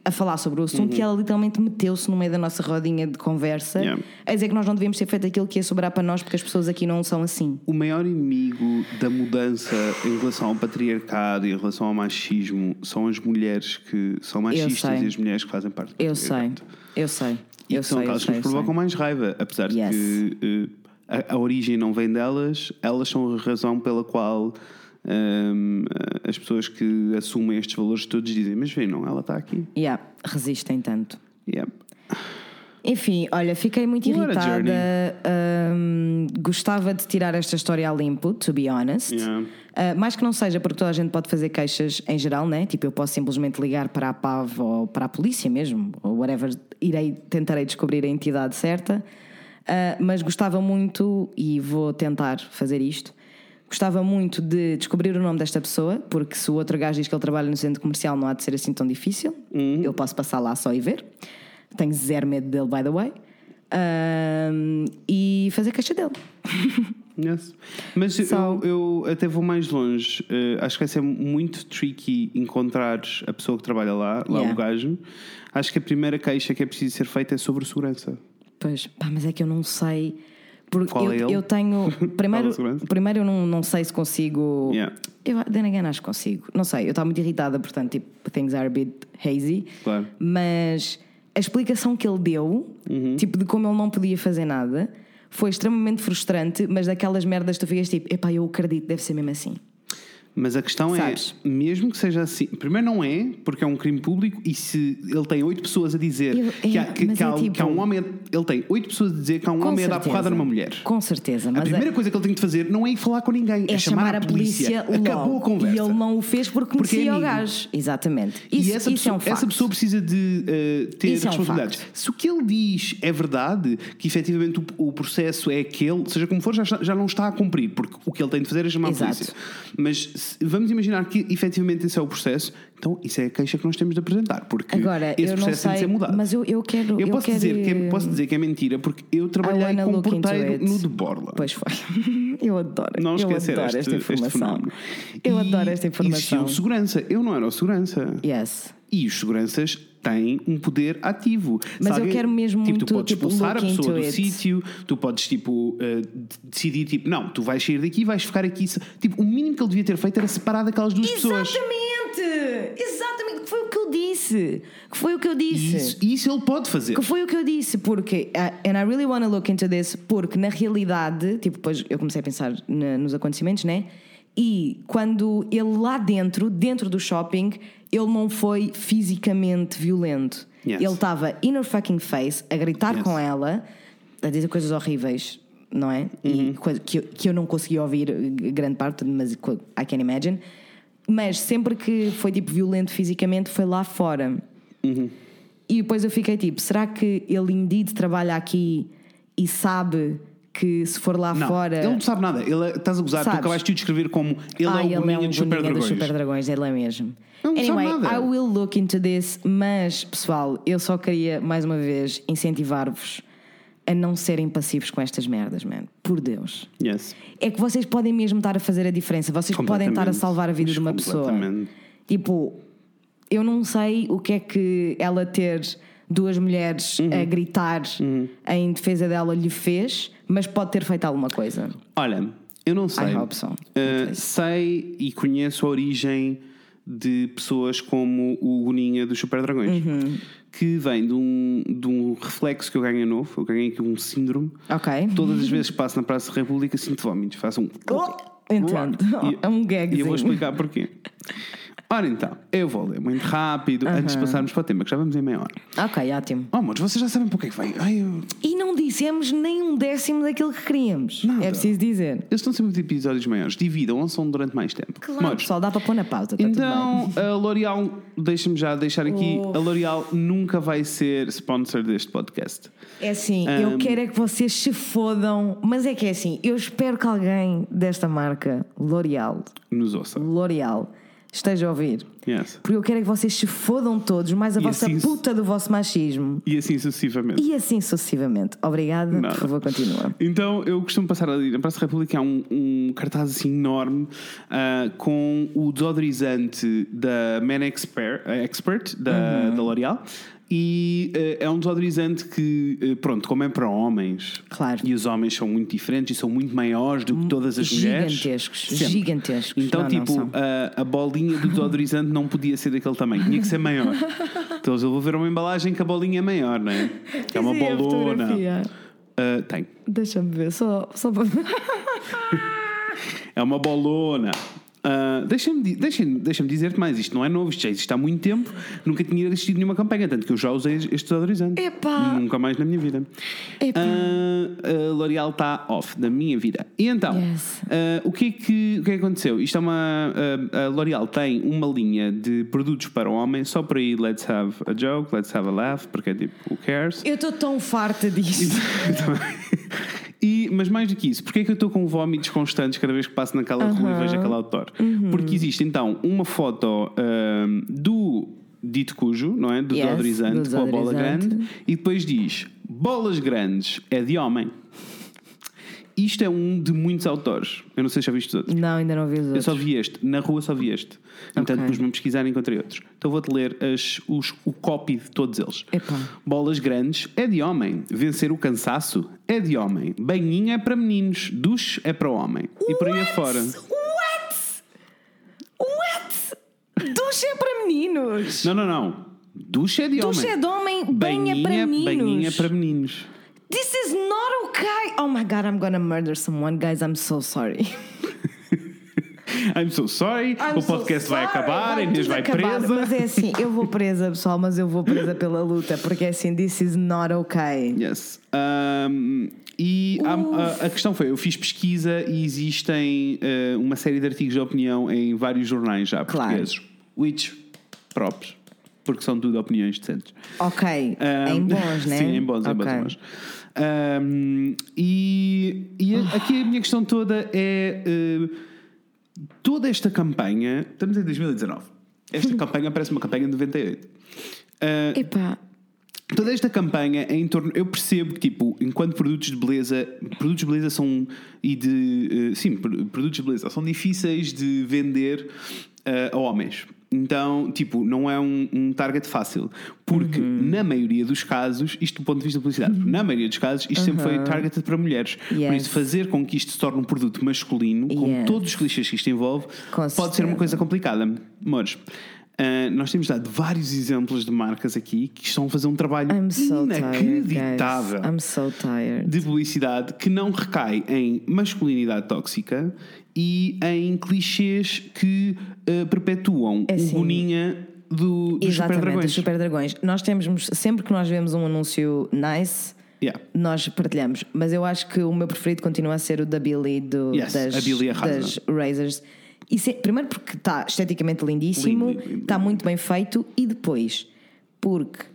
a falar sobre o assunto e ela literalmente meteu-se no meio da nossa rodinha de conversa Uhum. Yeah. a dizer que nós não devíamos ter feito aquilo que ia sobrar para nós porque as pessoas aqui não são assim. O maior inimigo da mudança em relação ao patriarcado e em relação ao machismo são as mulheres que são machistas sei. e as mulheres que fazem parte do Eu sei, patriarcado. eu sei. E eu que sei, são eu aquelas que sei, nos eu sei. provocam mais raiva, apesar de Yes. que eh, a, a origem não vem delas, elas são a razão pela qual ehm, as pessoas que assumem estes valores todos dizem, mas vem, não, ela está aqui. Yeah, resistem tanto. Yeah. Enfim, olha, fiquei muito What a irritada. journey. Ahm, gostava de tirar esta história a limpo, to be honest. Yeah. Ah, mais que não seja porque toda a gente pode fazer queixas em geral, né? Tipo, eu posso simplesmente ligar para a PAV ou para a polícia mesmo, ou whatever, irei, tentarei descobrir a entidade certa. Ah, mas gostava muito, e vou tentar fazer isto, gostava muito de descobrir o nome desta pessoa, porque se o outro gajo diz que ele trabalha no centro comercial, não há de ser assim tão difícil. Eu posso passar lá só e ver. Tenho zero medo dele, by the way. Ah, e fazer queixa dele. Yes. Mas So- eu, eu até vou mais longe. Eh, acho que vai ser muito tricky encontrar a pessoa que trabalha lá, lá Yeah. o gajo. Acho que a primeira queixa que é preciso ser feita é sobre segurança. Pois, pá, mas é que eu não sei. Porque Qual eu, é ele? eu tenho. Fala Primeiro, de segurança. primeiro eu não, não sei se consigo. Yeah. Eu, then again, acho que consigo. Não sei, eu estava muito irritada, portanto, tipo, things are a bit hazy. Claro. Mas a explicação que ele deu, Uhum. tipo, de como ele não podia fazer nada, foi extremamente frustrante, mas daquelas merdas que tu ficas tipo, epá, eu acredito, deve ser mesmo assim. Mas a questão Sabes? é, mesmo que seja assim, primeiro não é, porque é um crime público, e se ele tem oito pessoas a dizer Eu- que, há, é, que, mas que há- é tipo- que há um homem. a- Ele tem oito pessoas a dizer que há um Com homem a dar certeza. porrada numa mulher. Com certeza, A mas. primeira coisa que ele tem de fazer não é ir falar com ninguém, é, é chamar a polícia, logo. Acabou a conversa. E ele não o fez porque Porque é conhecia o amigo. gajo. Exatamente. E Isso, essa, isso pessoa, é um facto. essa pessoa precisa de eh, ter Isso é um responsabilidades. Se o que ele diz é verdade, que efetivamente o, o processo é aquele, seja como for, já, está- já não está a cumprir, porque o que ele tem de fazer é chamar Exato. a polícia. Mas se- vamos imaginar que efetivamente esse é o processo, então isso é a queixa que nós temos de apresentar, porque Agora, esse eu não processo sei, tem de ser mudado. mas eu, eu quero. eu, posso, quero, dizer que é, eh, posso dizer que é mentira, porque eu trabalhei wanna com um look into porteiro it. no de Borla. Pois foi. Eu adoro. não eu esquecer adoro este, esta este informação. fenómeno. eu E adoro esta informação. Existiu segurança. Eu não era o segurança. Yes. E os seguranças têm um poder ativo. Mas Se eu quero mesmo tipo, muito, Tu podes tipo, expulsar a look pessoa do into it. sítio, tu podes tipo, eh, de- decidir, tipo, não, tu vais sair daqui e vais ficar aqui. Tipo, o mínimo que ele devia ter feito era separar daquelas duas pessoas. Exatamente! Exatamente! Que foi o que eu disse! Que foi o que eu disse! Isso, isso ele pode fazer. Que foi o que eu disse, porque. ah, and I really want to look into this, porque na realidade, tipo, depois eu comecei a pensar na- nos acontecimentos, né? E quando ele lá dentro, dentro do shopping, ele não foi fisicamente violento. Yes. Ele estava in her fucking face, a gritar Yes. com ela, a dizer coisas horríveis, não é? Uhum. E coisa que, eu, que eu não consegui ouvir eh, grande parte, mas co- I can imagine. Mas sempre que foi tipo violento fisicamente, foi lá fora. E depois eu fiquei tipo, será que ele indeed trabalha aqui e sabe que se for lá Não, fora. ele não sabe nada. Ele é- estás a gozar, Sabes. tu acabaste de o descrever como ele Ah, é o boninha um dos super boninha dos dragões. Super Dragões, ele é mesmo. Não sabe anyway, nada. I will look into this, mas pessoal, eu só queria mais uma vez incentivar-vos a não serem passivos com estas merdas, man. Por Deus. Yes. É que vocês podem mesmo estar a fazer a diferença, vocês podem estar a Completamente. salvar a vida Mas de uma pessoa. completamente. Tipo, eu não sei o que é que ela ter duas mulheres Uhum. a gritar em defesa dela lhe fez, mas pode ter feito alguma coisa. Olha, eu não sei. I hope so. Uh, sei e conheço a origem de pessoas como o Guninha dos Super Dragões, Uhum. que vem de um, de um reflexo que eu ganhei novo, eu ganhei aqui um síndrome. Ok. Todas as vezes que passo na Praça da República sinto vómitos, faço um. Entendo. E- Oh, é um E eu vou gagzinho. explicar porquê. Ora então, eu vou ler muito rápido antes de passarmos para o tema, que já vamos em meia hora. Ok, ótimo. Oh, amores, vocês já sabem para o que é que vai. Ai, eu- E não dissemos nem um décimo daquilo que queríamos. Nada. É preciso dizer. Eles estão sempre de episódios maiores, dividam, lançam durante mais tempo. Claro, Amores, pessoal, dá para pôr na pausa, está Tá tudo bem. Então, a L'Oreal, deixa-me já deixar aqui, Uf. a L'Oreal nunca vai ser sponsor deste podcast. É assim, eu quero é que vocês se fodam, mas é que é assim, eu espero que alguém desta marca, L'Oreal, Nos ouça. L'Oreal, esteja a ouvir. Yes. Porque eu quero é que vocês se fodam todos, mais a E vossa assim se- puta do vosso machismo. E assim sucessivamente. E assim sucessivamente. Obrigada, Nada. por favor, continua. Então, eu costumo passar ali na Praça da República, há um, um cartaz assim enorme ah, com o desodorizante da Man Expert, eh, Expert, da, Uhum. da L'Oreal. E eh, é um desodorizante que, eh, pronto, como é para homens. Claro. E os homens são muito diferentes e são muito maiores do que todas as mulheres. Gigantescos, Sempre. gigantescos. Então, Não, não tipo, são. a, a bolinha do desodorizante não podia ser daquele tamanho, tinha que ser maior. Então eles vão ver uma embalagem que a bolinha é maior, não é? Que é uma Tens aí a bolona. fotografia? Ah, tem. Deixa-me ver, só, só para. É uma bolona. Ah, deixa-me, di- deixa-me, deixa-me dizer-te mais, isto não é novo, isto já existe há muito tempo, nunca tinha existido nenhuma campanha, tanto que eu já usei este desodorizante. Epá! Nunca mais na minha vida. Epá. Ah, a L'Oreal está off da minha vida. E então, Yes. ah, o, que é que, o que é que aconteceu? Isto é uma. ah, a L'Oreal tem uma linha de produtos para o homem, só por aí, let's have a joke, let's have a laugh, porque é tipo, who cares? Eu estou tão farta disso. Eu também. Tá E- mas mais do que isso, porque é que eu estou com vómitos constantes cada vez que passo naquela rua e vejo aquele outdoor? Uhum. Porque existe então uma foto ahm, do dito cujo, não é? Do Yes, desodorizante do com a bola desodorizante. grande e depois diz bolas grandes é de homem. Isto é um de muitos autores. Eu não sei se já viste os outros. Não, ainda não vi os Eu outros. só vi este, na rua só vi este. Portanto, Ok. pus-me a pesquisar e encontrei outros. Então vou-te ler as- os- o copy de todos eles. Epá. Bolas grandes é de homem. Vencer o cansaço é de homem. Banhinho é para meninos. Duche é para homem. E por aí What? afora. What? What? Duche é para meninos. Não, não, não. Duche é de homem. Duche é de homem, banho é para meninos. Banhinho é para meninos. This is not okay. Oh my god, I'm gonna murder someone, guys. I'm so sorry. I'm so sorry. I'm o so podcast vai sorry, acabar. a Inês tudo vai acabar. presa. Mas é assim, eu vou presa, pessoal, mas eu vou presa pela luta, porque é assim, this is not okay. Yes. Um, e há- a, a questão foi: eu fiz pesquisa e existem eh, uma série de artigos de opinião em vários jornais já Claro. portugueses. Which próprios. Porque são tudo opiniões decentes. Ok, Um, em bons, né? Sim, em bons, em bons, Ok. em bons. Um, e e a- aqui a minha questão toda é. eh, toda esta campanha. Estamos em 2019. Esta campanha parece uma campanha de 98. Eh, Epá, Toda esta campanha é em torno. Eu percebo que, tipo, enquanto produtos de beleza. Produtos de beleza são. E de. eh, Sim, pr- produtos de beleza são difíceis de vender eh, a homens. Então, tipo, não é um, um target fácil. Porque, Uhum. na maioria dos casos, isto do ponto de vista da publicidade, na maioria dos casos, isto sempre foi targeted para mulheres. Por Uhum. Yes. isso, fazer com que isto se torne um produto masculino, com Yes. todos os clichês que isto envolve, Com pode ser uma certeza. coisa complicada. Amores, ah, nós temos dado vários exemplos de marcas aqui que estão a fazer um trabalho I'm so tired, guys. inacreditável I'm so tired. de publicidade que não recai em masculinidade tóxica e em clichês que ah, perpetuam É assim. o boninha do, dos super Exatamente, dragões. os super dragões. Nós temos, sempre que nós vemos um anúncio nice, Yeah. nós partilhamos. Mas eu acho que o meu preferido continua a ser o da Billy do, Yes, das, a Billie arrasa. das Razors. Isso é- primeiro porque está esteticamente lindíssimo, Lindo, lindo, lindo. está muito bem feito, e depois porque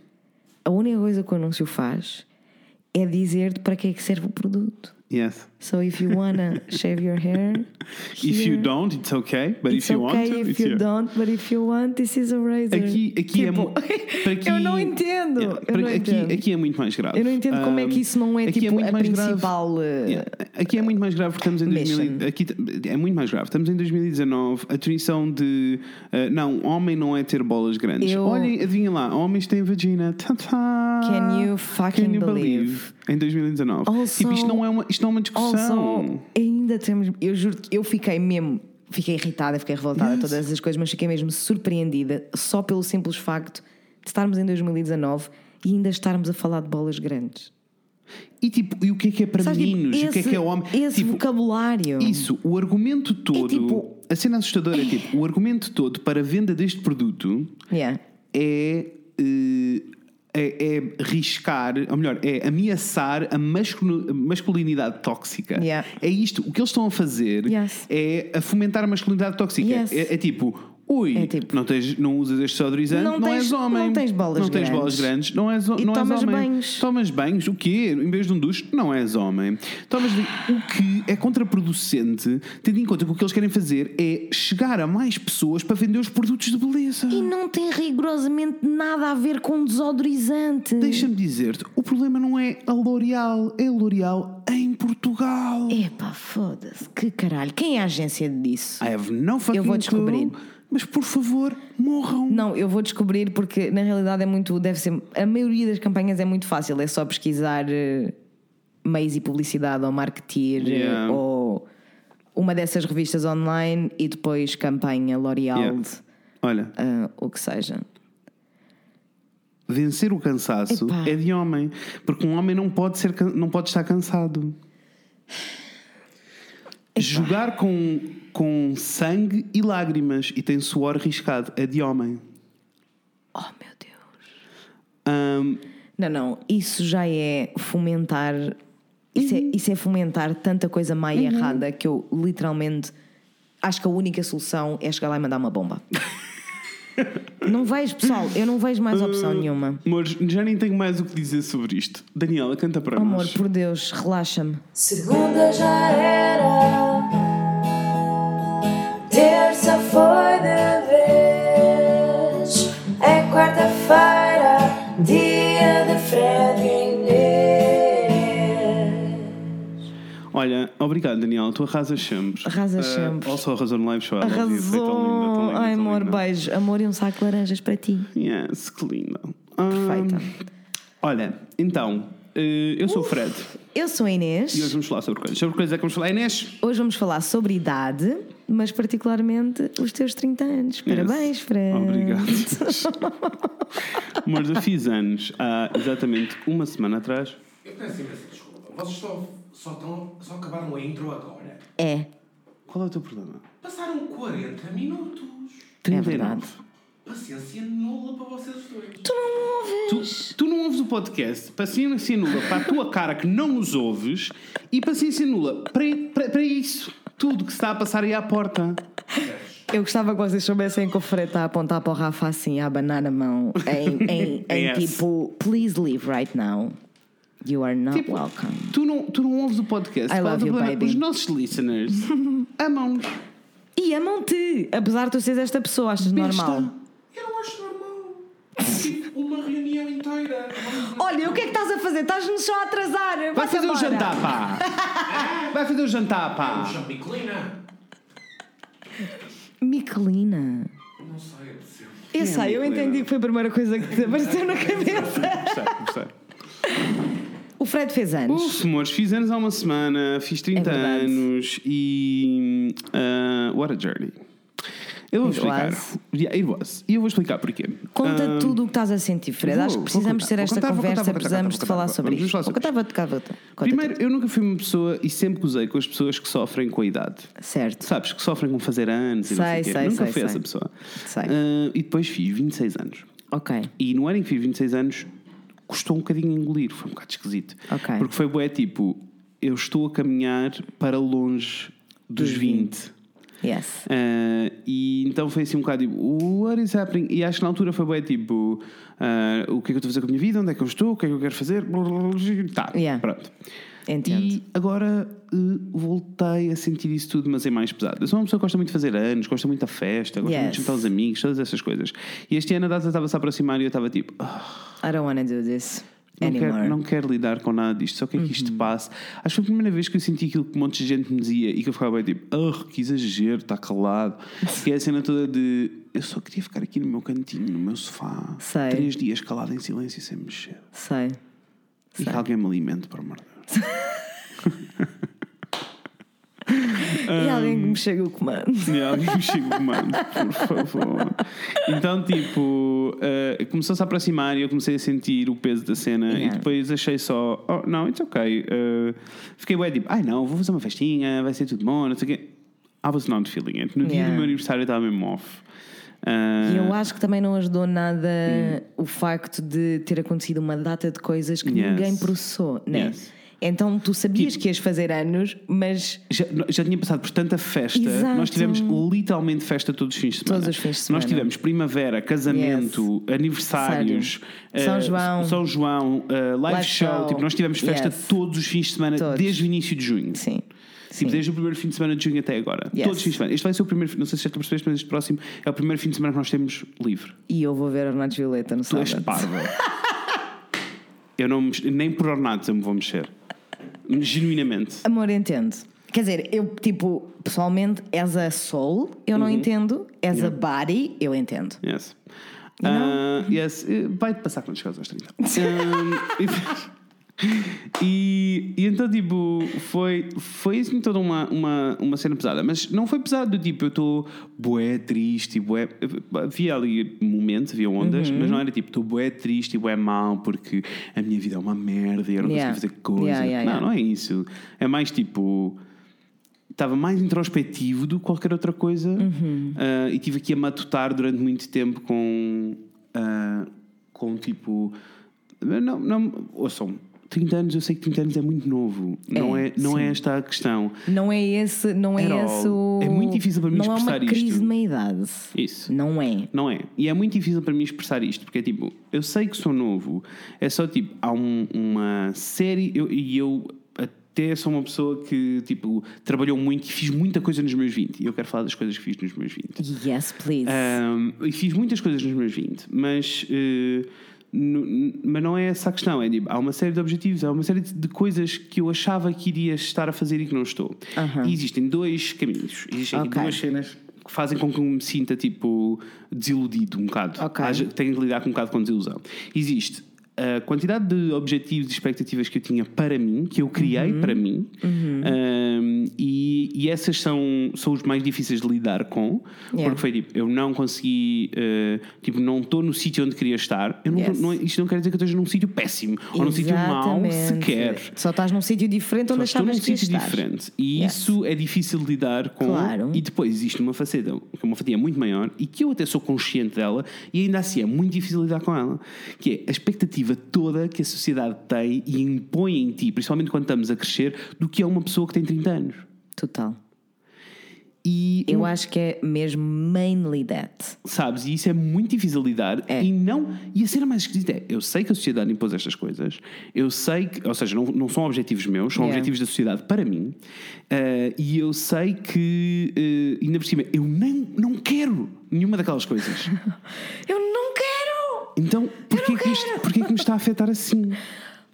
a única coisa que o anúncio faz é dizer-te para que é que serve o produto. Yes. So if you wanna shave your hair, If you here, don't, it's okay. But it's if you okay want to, if it's you here. don't, but if you want, this is a razor. Aqui, aqui é mu- para aqui- Hum. Tipo, eu não entendo. Yeah, eu para- não aqui, entendo. aqui é muito mais grave. Eu não entendo como é que isso não é Aqui tipo muito a mais grave. principal. eh, Yeah. Aqui é muito mais grave porque estamos em 2000, Mexa-me. aqui t- é muito mais grave. Estamos em 2019, a definição de ah, não, homem não é ter bolas grandes. Eu- Olhem, adivinha lá, homens têm vagina. Tá, tá. Can you fucking believe? Em 2019. Also- tipo, isto não é uma, isto não é uma discussão. Also, ainda temos. Eu juro que eu fiquei mesmo. Fiquei irritada, fiquei revoltada, Yes. todas essas coisas, mas fiquei mesmo surpreendida só pelo simples facto de estarmos em 2019 e ainda estarmos a falar de bolas grandes. E tipo, e o que é que é para Sabes, tipo, meninos? e o que é que é homem? Esse Tipo, vocabulário. Isso, o argumento todo. tipo- A cena assustadora é tipo: o argumento todo para a venda deste produto Yeah. é. eh, é, é riscar, ou melhor, é ameaçar a masculino- masculinidade tóxica. Yeah. É isto. O que eles estão a fazer Yes. é a fomentar a masculinidade tóxica. Yes. É, é tipo, ui, É tipo, não, tens, não usas este desodorizante, não não, tens- és homem. não tens bolas Não tens grandes. bolas grandes, não és, ho- E não tomas és homem. banhos. Tomas banhos, o quê? Em vez de um duche, não és homem. Tomas de- o que é contraproducente, tendo em conta que o que eles querem fazer é chegar a mais pessoas para vender os produtos de beleza. E não tem rigorosamente nada a ver com desodorizante. Deixa-me dizer-te, o problema não é a L'Oreal, é a L'Oreal em Portugal. Epá, foda-se. Que caralho. Quem é a agência disso? I have no fucking Eu vou clue, descobrir. mas por favor, morram. Não, eu vou descobrir porque na realidade é muito. Deve ser. A maioria das campanhas é muito fácil. É só pesquisar eh, meios e publicidade ou marketeer eh, Yeah. ou uma dessas revistas online e depois campanha L'Oreal, Yeah. Olha, eh, o que seja. vencer o cansaço Epá. é de homem, porque um homem não pode, ser, can- não pode estar cansado. Jogar com, com sangue e lágrimas e tem suor riscado é de homem. Oh meu Deus. Ahm, Não, não. Isso já é fomentar. Isso, Uhum. é, isso é fomentar tanta coisa má e errada que eu literalmente acho que a única solução é chegar lá e mandar uma bomba. não vejo, pessoal, eu não vejo mais opção Uh, nenhuma. Amores, já nem tenho mais o que dizer sobre isto. Daniela, canta para Amor, nós. por Deus, relaxa-me. Segunda já era, terça foi de vez, é quarta-feira, dia de Fred e Inês. Olha, obrigado, Daniela. Tu arrasas sempre. Arrasas Eh, sempre. Also arrasou no live show. I love you. Foi é tão linda, tão Arrasou. linda, Ai, tão amor, linda. beijo. Amor e um saco de laranjas para ti. Yes, que linda. Ah, Perfeita. olha, então, eh, eu sou o Fred Eu sou a e hoje Inês. vamos falar sobre coisas. Sobre coisas é que vamos falar. Inês! Hoje vamos falar sobre idade, mas particularmente os teus 30 anos. Parabéns, Fred. Obrigado. Amor, eu fiz anos há exatamente uma semana atrás. Eu peço imensa desculpa. Vocês só, só, tão, só acabaram a intro agora? É, Qual é o teu problema? Passaram 40 minutos. é verdade. Paciência nula para vocês dois. Tu não ouves. Tu, tu não ouves o podcast, paciência nula para a tua cara que não os ouves e paciência nula para, para, para isso. Tudo que se está a passar aí à porta. Eu gostava que vocês soubessem que o Fred está a apontar para o Rafa assim, a abanar a mão, em, em, em Yes. tipo, please leave right now. You are not Tipo, welcome. Tu não, tu não ouves o podcast. I Qual é o love teu you, problema? baby. Os nossos listeners amam-nos. E amam-te, apesar de tu seres esta pessoa, achas normal. Eu não acho normal. Tive uma reunião inteira. Olha, o que é que estás a fazer? Estás-nos só a atrasar. Vai fazer um jantar, pá! Vai fazer um jantar, pá! Chame Clina. Miquelina. Não sei, é possível. Eu é sei, eu Miquelina? entendi que foi a primeira coisa que te apareceu na cabeça. Gostei, gostei. O Fred fez anos. Uf, amores, fiz anos há uma semana, fiz 30 É verdade. anos e. ah, what a journey. Eu vou It explicar. was. Yeah, it was. E eu vou explicar porquê. Conta Ah, tudo o que estás a sentir, Fred. vou, Acho que vou precisamos contar, ter vou esta contar, vou conversa, contar, vou contar, precisamos vou de contar, falar vou sobre contar, isto. vamos Vou falar contar, vou tocar, vou tocar. Conta Primeiro, eu nunca fui uma pessoa e sempre gozei com as pessoas que sofrem com a idade. tudo. Certo. Sabes, que sofrem com fazer anos e não Sei, sei o quê. sei, Nunca sei, fui sei. essa pessoa. Sei. Ah, e depois fiz 26 anos. Ok. E no ano em que fiz 26 anos, custou um bocadinho engolir, foi um bocado esquisito. Ok. Porque foi bué tipo, eu estou a caminhar para longe dos, Dos 20. Yes. Ah, e então foi assim um bocado tipo, what is happening? E acho que na altura foi bué tipo, ah, o que é que eu estou a fazer com a minha vida? Onde é que eu estou? O que é que eu quero fazer? Blá, blá, blá, blá. Tá, Yeah. pronto. Entendo. E agora eh, voltei a sentir isso tudo, mas é mais pesado. Eu sou uma pessoa que gosta muito de fazer anos, gosta muito da festa, gosta muito Yes. de juntar os amigos, todas essas coisas. E este ano a data estava-se a aproximar e eu estava tipo, "Ah, I don't want to do this não anymore. Uhum. quero, não quero lidar com nada disto, só quero que isto passe. Acho que foi a primeira vez que eu senti aquilo que um monte de gente me dizia e que eu ficava bem tipo, oh, que exagero, está calado. E é a cena toda de eu só queria ficar aqui no meu cantinho, no meu sofá, Sei. três dias calado em silêncio sem mexer. Sei. E que alguém me alimente, por amor de Deus. E alguém que me chega o comando. E alguém me chega o comando, por favor. Então, tipo, eh, começou-se a aproximar e eu comecei a sentir o peso da cena. Yeah. E depois achei só, oh, não, it's ok. Eh, fiquei bem tipo, ai não, vou fazer uma festinha, vai ser tudo bom, não sei o quê. I was not feeling it. No dia Yeah. do meu aniversário eu estava mesmo off. E Eh, eu acho que também não ajudou nada o facto de ter acontecido uma data de coisas que Hum. Yes. ninguém processou, né? Yes. Então tu sabias Tipo- que ias fazer anos, mas já, já tinha passado por tanta festa. Exato. Nós tivemos literalmente festa todos os fins de semana. Todos os fins de semana. Nós tivemos primavera, casamento, aniversários, São eh, João. São João, eh, live, Live show. show. Tipo, nós tivemos festa Yes. todos os fins de semana Todos. desde o início de junho. sim. Tipo, desde o primeiro fim de semana de junho até agora. Yes. Todos os fins de semana. Este vai ser o primeiro, não sei se já te percebeste, mas este próximo é o primeiro fim de semana que nós temos livre. E eu vou ver Arnados Violeta no Tu és sábado. parva. eu não me, nem por ornados eu me vou mexer. Genuinamente. Amor, entendo. Quer dizer, eu tipo, pessoalmente, as a soul, eu Uhum. não entendo, as a body, eu entendo. Yes. Ah, yes. eh, Vai-te passar quando chegares aos 30. Ah, e, e então, tipo, foi, foi assim toda uma, uma, uma cena pesada. Mas não foi pesado, tipo, eu estou bué triste, bué. Havia ali momentos, havia ondas, mas não era tipo, estou bué triste e bué mal porque a minha vida é uma merda e eu não Yeah. consigo fazer coisa. Yeah, yeah, não, yeah. não é isso. É mais tipo estava mais introspectivo do que qualquer outra coisa Uhum. Ah, e tive aqui a matutar durante muito tempo com ah, com tipo não, não, ouçam 30 anos, eu sei que 30 anos é muito novo não, É, é, não é esta a questão Não é esse, não é At all. esse o... É muito difícil para mim Não é uma expressar isto. crise de meia-idade. Isso. Não é. não é? E é muito difícil para mim expressar isto, porque é tipo, eu sei que sou novo, é só tipo, há um- uma série, eu- e eu até sou uma pessoa que tipo, trabalhou muito e fiz muita coisa nos meus 20, e eu quero falar das coisas que fiz nos meus 20. Yes, please. Um, e fiz muitas coisas nos meus 20, mas, eh, nu- nu- mas não é essa a questão. É, tipo, há uma série de objetivos, há uma série de, de coisas que eu achava que iria estar a fazer e que não estou. Aham. E existem dois caminhos, existem aqui Ok. duas cenas que fazem com que eu me sinta tipo desiludido um bocado. Ok. Haja- Tenho que lidar com um bocado com desilusão. Existe. A quantidade de objetivos e expectativas que eu tinha para mim, que eu criei Uhum. para mim, um, e, e essas são, são os mais difíceis de lidar com, Yeah. porque foi tipo, eu não consegui, eh, tipo, não estou no sítio onde queria estar. Eu não, Yes. não- isto não quer dizer que eu esteja num sítio péssimo ou num sítio mau Exatamente. sequer. Só estás num sítio diferente onde Só estou num achavas que ias sítio estar. diferente. E Yes. isso é difícil de lidar com. Claro. E depois existe uma faceta, que é uma fatia muito maior, e que eu até sou consciente dela, e ainda assim é muito difícil lidar com ela, que é a expectativa toda que a sociedade tem e impõe em ti, principalmente quando estamos a crescer, do que é uma pessoa que tem 30 anos. Total. E Eu acho que é mesmo mainly that. sabes? E isso é muito difícil de lidar É. e não. E a cena mais esquisita é: eu sei que a sociedade impôs estas coisas, eu sei que, ou seja, não, não são objetivos meus, são Yeah. objetivos da sociedade para mim, eh, e eu sei que, eh, ainda por cima, eu nem, não quero nenhuma daquelas coisas. Eu não quero! Então, porquê, que, isto- porquê que me está a afetar assim?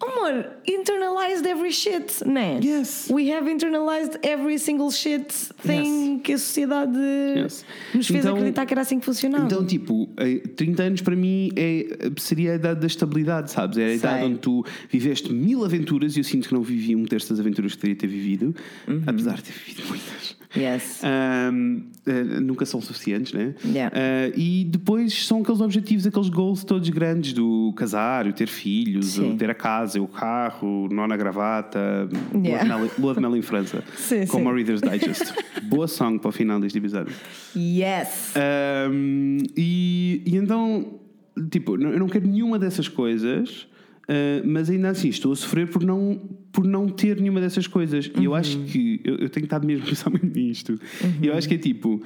Amor, internalized every shit, né? Yes. We have internalized every single shit thing que a sociedade Yes. nos fez Então- acreditar que era assim que funcionava. Então, tipo, eh, 30 anos para mim é, seria a idade da estabilidade, sabes? É a idade Sei. onde tu viveste mil aventuras e eu sinto que não vivi um terço das aventuras que teria ter vivido, Uhum. apesar de ter vivido muitas. yes. Ahm, eh, nunca são suficientes, né? Yeah. Ah, e depois são aqueles objetivos, aqueles goals todos grandes do casar, o ter filhos, Sim. o ter a casa, o carro, nona gravata, Yeah. Lua de Mel- Lua de Mel em França, Sim, como sim. a Reader's Digest. Boa song para o final deste episódio. Yes. Um, e, e então, tipo, não- eu não quero nenhuma dessas coisas, uh, mas ainda assim estou a sofrer por não, por não ter nenhuma dessas coisas. E eu acho que, eu, eu tenho estado mesmo a pensar muito nisto, e eu acho que é tipo.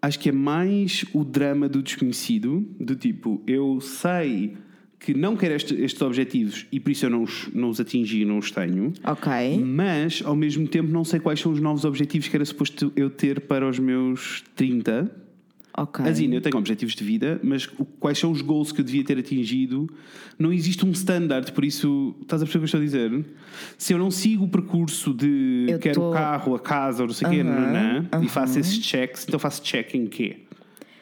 Acho que é mais o drama do desconhecido, do tipo, eu sei que não quero este- estes objetivos e por isso eu não os, não os atingi e não os tenho. Ok. Mas, ao mesmo tempo, não sei quais são os novos objetivos que era suposto eu ter para os meus 30. Ok. Assim, eu tenho objetivos de vida, mas o- quais são os goals que eu devia ter atingido? Não existe um standard, por isso, estás a perceber o que eu estou a dizer? Se eu não sigo o percurso de Eu quero tô- o carro, a casa, ou não sei o quê, Aham, nananã, aham. e faço esses checks, então faço check em quê?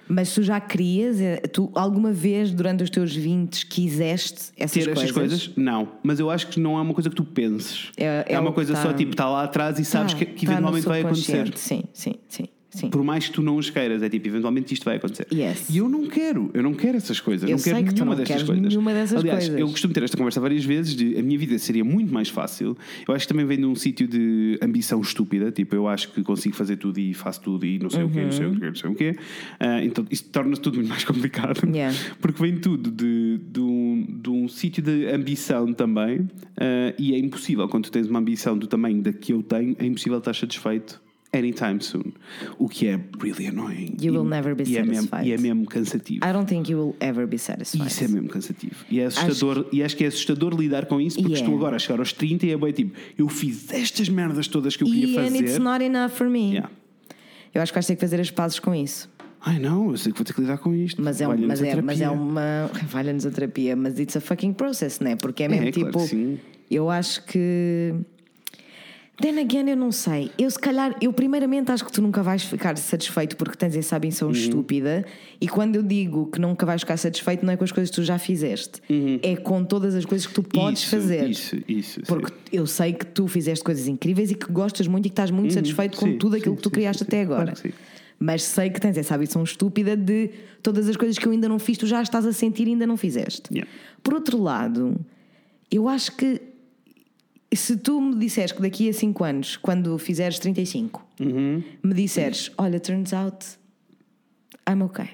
Mas tu já querias, eh, tu alguma vez durante os teus 20 quiseste essas Ter coisas? estas coisas? Não. Mas eu acho que não é uma coisa que tu penses. É- é É, uma o que coisa tá- só tipo, está lá atrás e sabes Tá, que, que tá no eventualmente vai acontecer. subconsciente. Sim, sim, sim. sim. Por mais que tu não as queiras, é tipo, eventualmente isto vai acontecer. Yes. E eu não quero, eu não quero essas coisas, Eu não quero sei que tu nenhuma não destas queres coisas. nenhuma dessas Aliás, coisas. eu costumo ter esta conversa várias vezes de a minha vida seria muito mais fácil. Eu acho que também vem de um sítio de ambição estúpida, tipo, eu acho que consigo fazer tudo e faço tudo e não sei o quê, não Uhum. sei o quê, não sei o quê. Ah, então isso torna-se tudo muito mais complicado. Yeah. Porque vem tudo de, de um, de um sítio de ambição também, ah, e é impossível, quando tu tens uma ambição do tamanho da que eu tenho, é impossível estar satisfeito anytime soon. O que é really annoying. You E- will never be e é mesmo- satisfied. e é mesmo cansativo. I don't think you will ever be satisfied. Isso é mesmo cansativo. E é assustador, e acho que é assustador lidar com isso, porque Yeah. estou agora a chegar aos 30 e é bem tipo, eu fiz estas merdas todas que eu E queria and it's fazer. not enough for me. Yeah. Eu acho que vais ter que fazer as pazes com isso. Ai não, eu sei que vou ter que lidar com isto. Mas é, um- Olha-nos mas a é, mas é terapia. uma. Valha-nos a terapia, mas it's a fucking process, né? Porque é mesmo É, tipo. claro que sim. Eu acho que. Then again, eu não sei. Eu, se calhar, eu primeiramente acho que tu nunca vais ficar satisfeito porque tens essa Uhum. ambição estúpida. E quando eu digo que nunca vais ficar satisfeito, não é com as coisas que tu já fizeste, é com todas as coisas que tu podes Uhum. Isso, fazer. Isso, isso. Porque sim. eu sei que tu fizeste coisas incríveis e que gostas muito e que estás muito satisfeito com Uhum. sim, tudo aquilo sim, que tu sim, criaste sim, sim, até agora. claro que sim. Mas sei que tens essa ambição estúpida de todas as coisas que eu ainda não fiz, tu já estás a sentir e ainda não fizeste. Yeah. Por outro lado, eu acho que se tu me disseres que daqui a 5 anos, quando fizeres 35, Uhum. me disseres: Olha, turns out, I'm okay.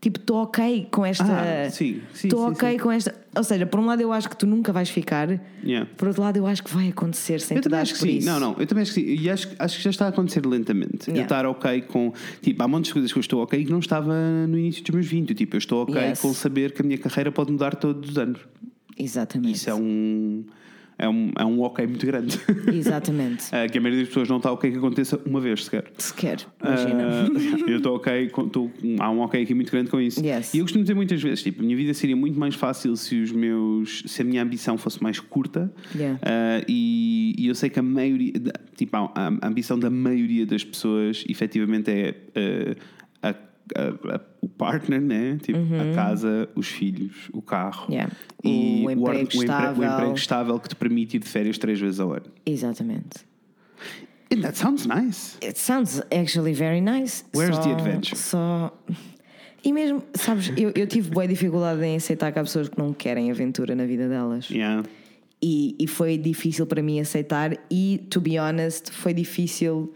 Tipo, estou ok com esta. Ah, sim, sim, Estou sim, ok sim. com esta. Ou seja, por um lado eu acho que tu nunca vais ficar, Yeah. por outro lado eu acho que vai acontecer sem Eu tu também dares acho que por sim. isso. Não, não, eu também acho que sim. E acho, acho que já está a acontecer lentamente. Yeah. Eu estar ok com. Tipo, há montes de coisas que eu estou ok que não estava no início dos meus 20. Tipo, eu estou ok Yes. com saber que a minha carreira pode mudar todos os anos. Exatamente. Isso é um. É um, é um ok muito grande. Exatamente. Eh, que a maioria das pessoas não está ok que aconteça uma vez sequer. Sequer, imagina. Ah, eu estou ok, com- tô- há um ok aqui muito grande com isso. Yes. E eu costumo dizer muitas vezes: tipo, a minha vida seria muito mais fácil se os meus se a minha ambição fosse mais curta. Yeah. Ah, e, e eu sei que a maioria, da- tipo, a, a ambição da maioria das pessoas efetivamente é ah, a- a- a- o partner, né? tipo, a casa, os filhos, o carro Uhum. Yeah. e O emprego or- empre- estável. o emprego estável que te permite ir de férias três vezes ao ano. Exatamente. And that sounds nice. It sounds actually very nice. Where's só, the adventure? Só. E mesmo, sabes, eu, eu tive boa dificuldade em aceitar que há pessoas que não querem aventura na vida delas. Yeah. E, e foi difícil para mim aceitar, e to be honest, foi difícil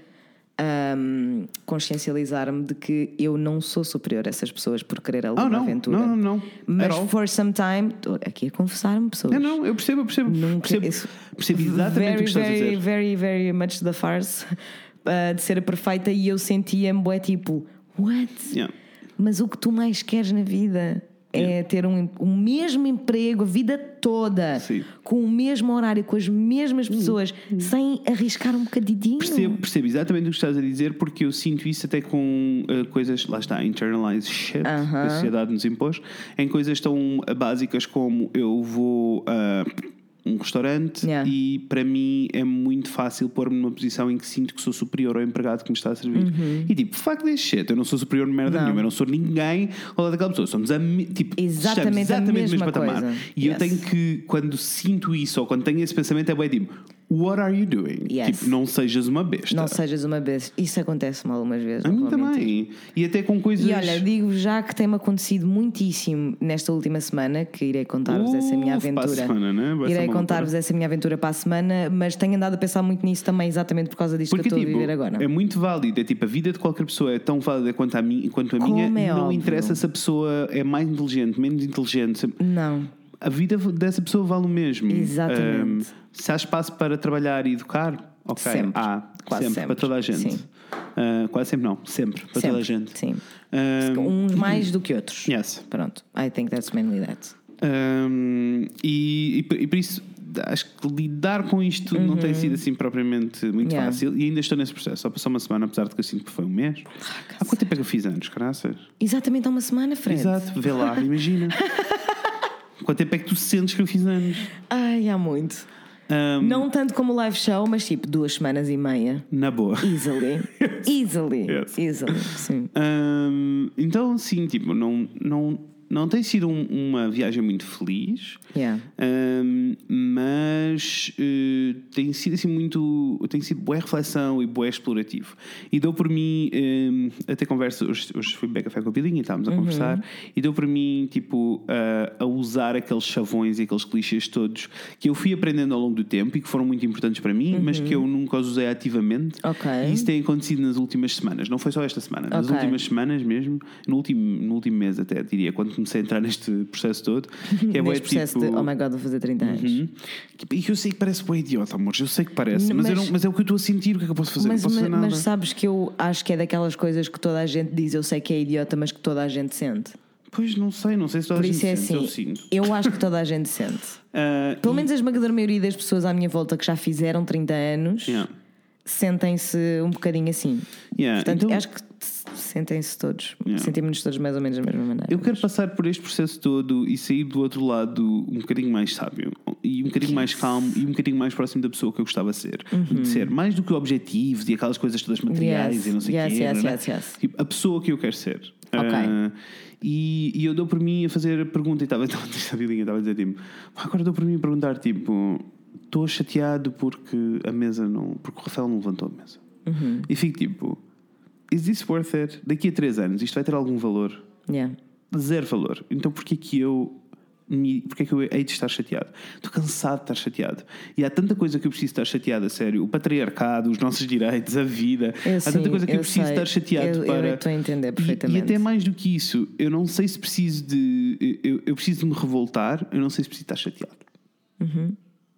hum, consciencializar-me de que eu não sou superior a essas pessoas por querer alguma Oh, não. aventura. Não, não, não. At all. Mas for some time, estou aqui a confessar-me, pessoas. Eu não, eu percebo, eu percebo. Nunca- percebo, isso- percebo exatamente very, o que estás very, a dizer. very, very much the farce uh, de ser a perfeita e eu sentia-me bué tipo, what? Yeah. Mas o que tu mais queres na vida é ter um, em- o mesmo emprego a vida toda, Sim. com o mesmo horário, com as mesmas pessoas, sem arriscar um bocadinho. Percebo, percebo exatamente o que estás a dizer, porque eu sinto isso até com ah, coisas, lá está, internalized shit que a sociedade nos impôs, em coisas tão básicas como eu vou a um restaurante Yeah. e para mim é muito fácil pôr-me numa posição em que sinto que sou superior ao empregado que me está a servir. E tipo, fuck this shit, eu não sou superior de merda Uhum. Não. nenhuma, eu não sou ninguém ao lado daquela pessoa, somos a, mi- tipo, Exatamente estamos a exatamente no mesmo mesma patamar. coisa. E eu Yes. tenho que, quando sinto isso ou quando tenho esse pensamento, é bem tipo, what are you doing? Yes. Tipo, não sejas uma besta. Não sejas uma vez. Isso acontece-me algumas vezes. A não mim vou mentir. também. E até com coisas. E olha, digo já que tem-me acontecido muitíssimo nesta última semana, que irei contar-vos essa minha Uf, para a aventura. semana, né? Vai ser Irei uma contar-vos essa minha aventura para a semana, mas tenho andado a pensar muito nisso também, exatamente por causa disto porque que eu estou tipo, a viver agora. é muito válido. É tipo, a vida de qualquer pessoa é tão válida quanto a, mim, quanto a Como minha. é não óbvio. interessa se a pessoa é mais inteligente, menos inteligente. se- Não, A vida dessa pessoa vale o mesmo. Exatamente. Ahm, se há espaço para trabalhar e educar, ok. Sempre. Há, Quase sempre. Para toda a gente. Sim. Ah, quase sempre não, sempre. Para Sempre, toda a gente. sim. Um Ahm, uns mais do que outros. Yes. Pronto, I think that's mainly that. Um, e, e por- e por isso acho que lidar com isto não tem sido assim propriamente muito Uhum. Yeah. Ah, fácil e ainda estou nesse processo. Só passou uma semana, apesar de que eu sinto que foi um mês. Há quanto tempo é que eu fiz anos, caraças? Exatamente há uma semana, Fred. Exato, vê lá, imagina. quanto tempo é que tu sentes que eu fiz anos? Ai, há muito. Um, Não tanto como o live show, mas tipo duas semanas e meia. Na boa. Easily. Easily. Yes. Easily. Sim. Um, então, sim, tipo, não, não, não tem sido um- uma viagem muito feliz. Yeah. Um, mas eh, tem sido assim muito. tem sido boa reflexão e boa explorativo. E deu por mim. em, até conversa, hoje, hoje fui beber café com a Pilinha e estávamos a Uhum. conversar, e deu por mim, tipo, a- a usar aqueles chavões e aqueles clichês todos que eu fui aprendendo ao longo do tempo e que foram muito importantes para mim, mas que eu nunca os usei ativamente. Uhum. Ok. E isso tem acontecido nas últimas semanas, não foi só esta semana, nas Ok. últimas semanas mesmo, no último, no último mês até, diria, quando comecei a entrar neste processo todo. Que é bué, Neste processo tipo, de oh my god, vou fazer 30 anos. Uhum. Que- E que eu sei que parece bem idiota, amores. Eu sei que parece, N- mas, eu mas- não- mas é o que eu estou a sentir. O que é que eu posso fazer? Mas, não posso mas- fazer nada. mas sabes que eu acho que é daquelas coisas que toda a gente diz, eu sei que é idiota, mas que toda a gente sente. Pois não sei, não sei se toda Por a gente isso é sente, assim. eu sinto. Eu acho que toda a gente sente. Ah, Pelo menos a esmagadora maioria das pessoas à minha volta que já fizeram 30 anos yeah. sentem-se um bocadinho assim. Yeah, Portanto, então- acho que se- sentem-se todos. Yeah. Sentimos-nos todos mais ou menos da mesma maneira. Eu quero passar por este processo todo e sair do outro lado um bocadinho mais sábio, e um bocadinho mais calmo, e um bocadinho mais próximo da pessoa que eu gostava de ser. Uhum. De ser mais do que objetivos e aquelas coisas todas materiais Yes, e não sei o yes, quê. yes, né? yes, yes. Tipo, a pessoa que eu quero ser. Ok. Ah, e, e eu dou por mim a fazer a pergunta, e estava estava a dizer, Bilinha, estava a dizer tipo, "Pá, agora dou por mim a perguntar tipo, estou chateado porque a mesa não. porque o Rafael não levantou a mesa. Uhum. E fico tipo, is this worth it? Daqui a três anos isto vai ter algum valor? Yeah. zero valor. Então porquê que eu me- porquê que eu hei de estar chateado? Estou cansado de estar chateado. E há tanta coisa que eu preciso estar chateado, a sério. O patriarcado, os nossos direitos, a vida. Eu há tanta sei, coisa que eu, eu preciso sei. estar chateado Eu- eu para. estou a entender E- E, perfeitamente. até mais do que isso, eu não sei se preciso de. eu- Eu, eu preciso de me revoltar, eu não sei se preciso estar chateado.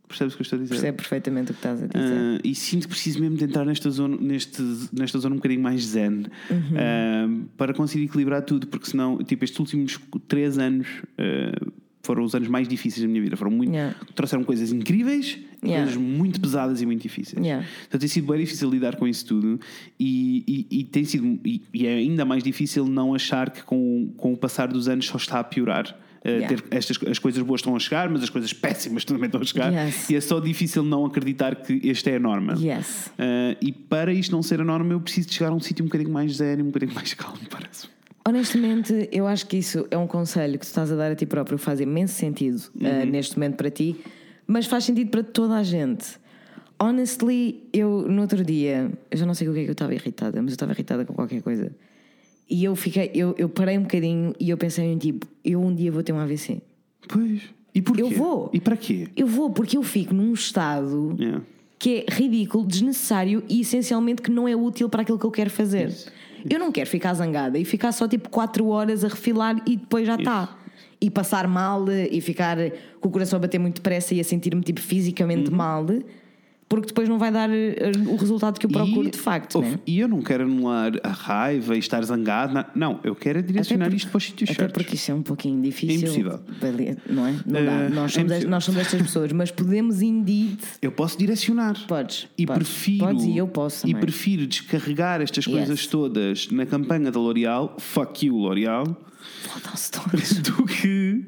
Percebes o que eu estou a dizer? Uhum. Percebo perfeitamente o que estás a dizer. Ah, e sinto que preciso mesmo de entrar nesta zona, neste, nesta zona um bocadinho mais zen Uhum. ah, para conseguir equilibrar tudo, porque senão, tipo, estes últimos três anos ah, foram os anos mais difíceis da minha vida. Foram muito, Yeah. Trouxeram coisas incríveis, e Yeah. coisas muito pesadas e muito difíceis. Yeah. Então tem sido bem difícil lidar com isso tudo e, e- e tem sido e, e é ainda mais difícil não achar que com, com o passar dos anos só está a piorar. Uh, Yeah. ter- estas, as coisas boas estão a chegar, mas as coisas péssimas também estão a chegar. Yes. E é só difícil não acreditar que esta é a norma. Yes. Uh, e para isto não ser a norma, eu preciso de chegar a um sítio um bocadinho mais zen, e um bocadinho mais calmo, parece. Honestamente, eu acho que isso é um conselho que tu estás a dar a ti próprio, faz imenso sentido eh, Uhum. neste momento para ti, mas faz sentido para toda a gente. Honestly, eu no outro dia, eu já não sei com o que é que eu estava irritada, mas eu estava irritada com qualquer coisa. E eu fiquei, eu, eu parei um bocadinho e eu pensei em tipo, eu um dia vou ter um AVC. Pois. E porquê? Eu vou. E para quê? Eu vou porque eu fico num estado Yeah. que é ridículo, desnecessário e essencialmente que não é útil para aquilo que eu quero fazer. Eu não quero ficar zangada e ficar só tipo 4 horas a refilar e depois já está. E passar mal eh, e ficar com o coração a bater muito depressa e a sentir-me tipo Uhum. fisicamente mal, porque depois não vai dar eh, o resultado que eu procuro E- de facto. ouve, né? E eu não quero anular a raiva e estar zangado. na- Não, eu quero é direcionar porque- isto para os sítios Até certos. porque isso é um pouquinho difícil. Impossível. Não é? Não dá. Eh, nós, é somos, impossível. nós somos estas pessoas, mas podemos indeed Eu posso direcionar. Podes, E podes. prefiro. Podes e eu posso é? E também. prefiro descarregar estas coisas todas na campanha da L'Oreal, fuck you, L'Oreal, Fodam-se todos. do que.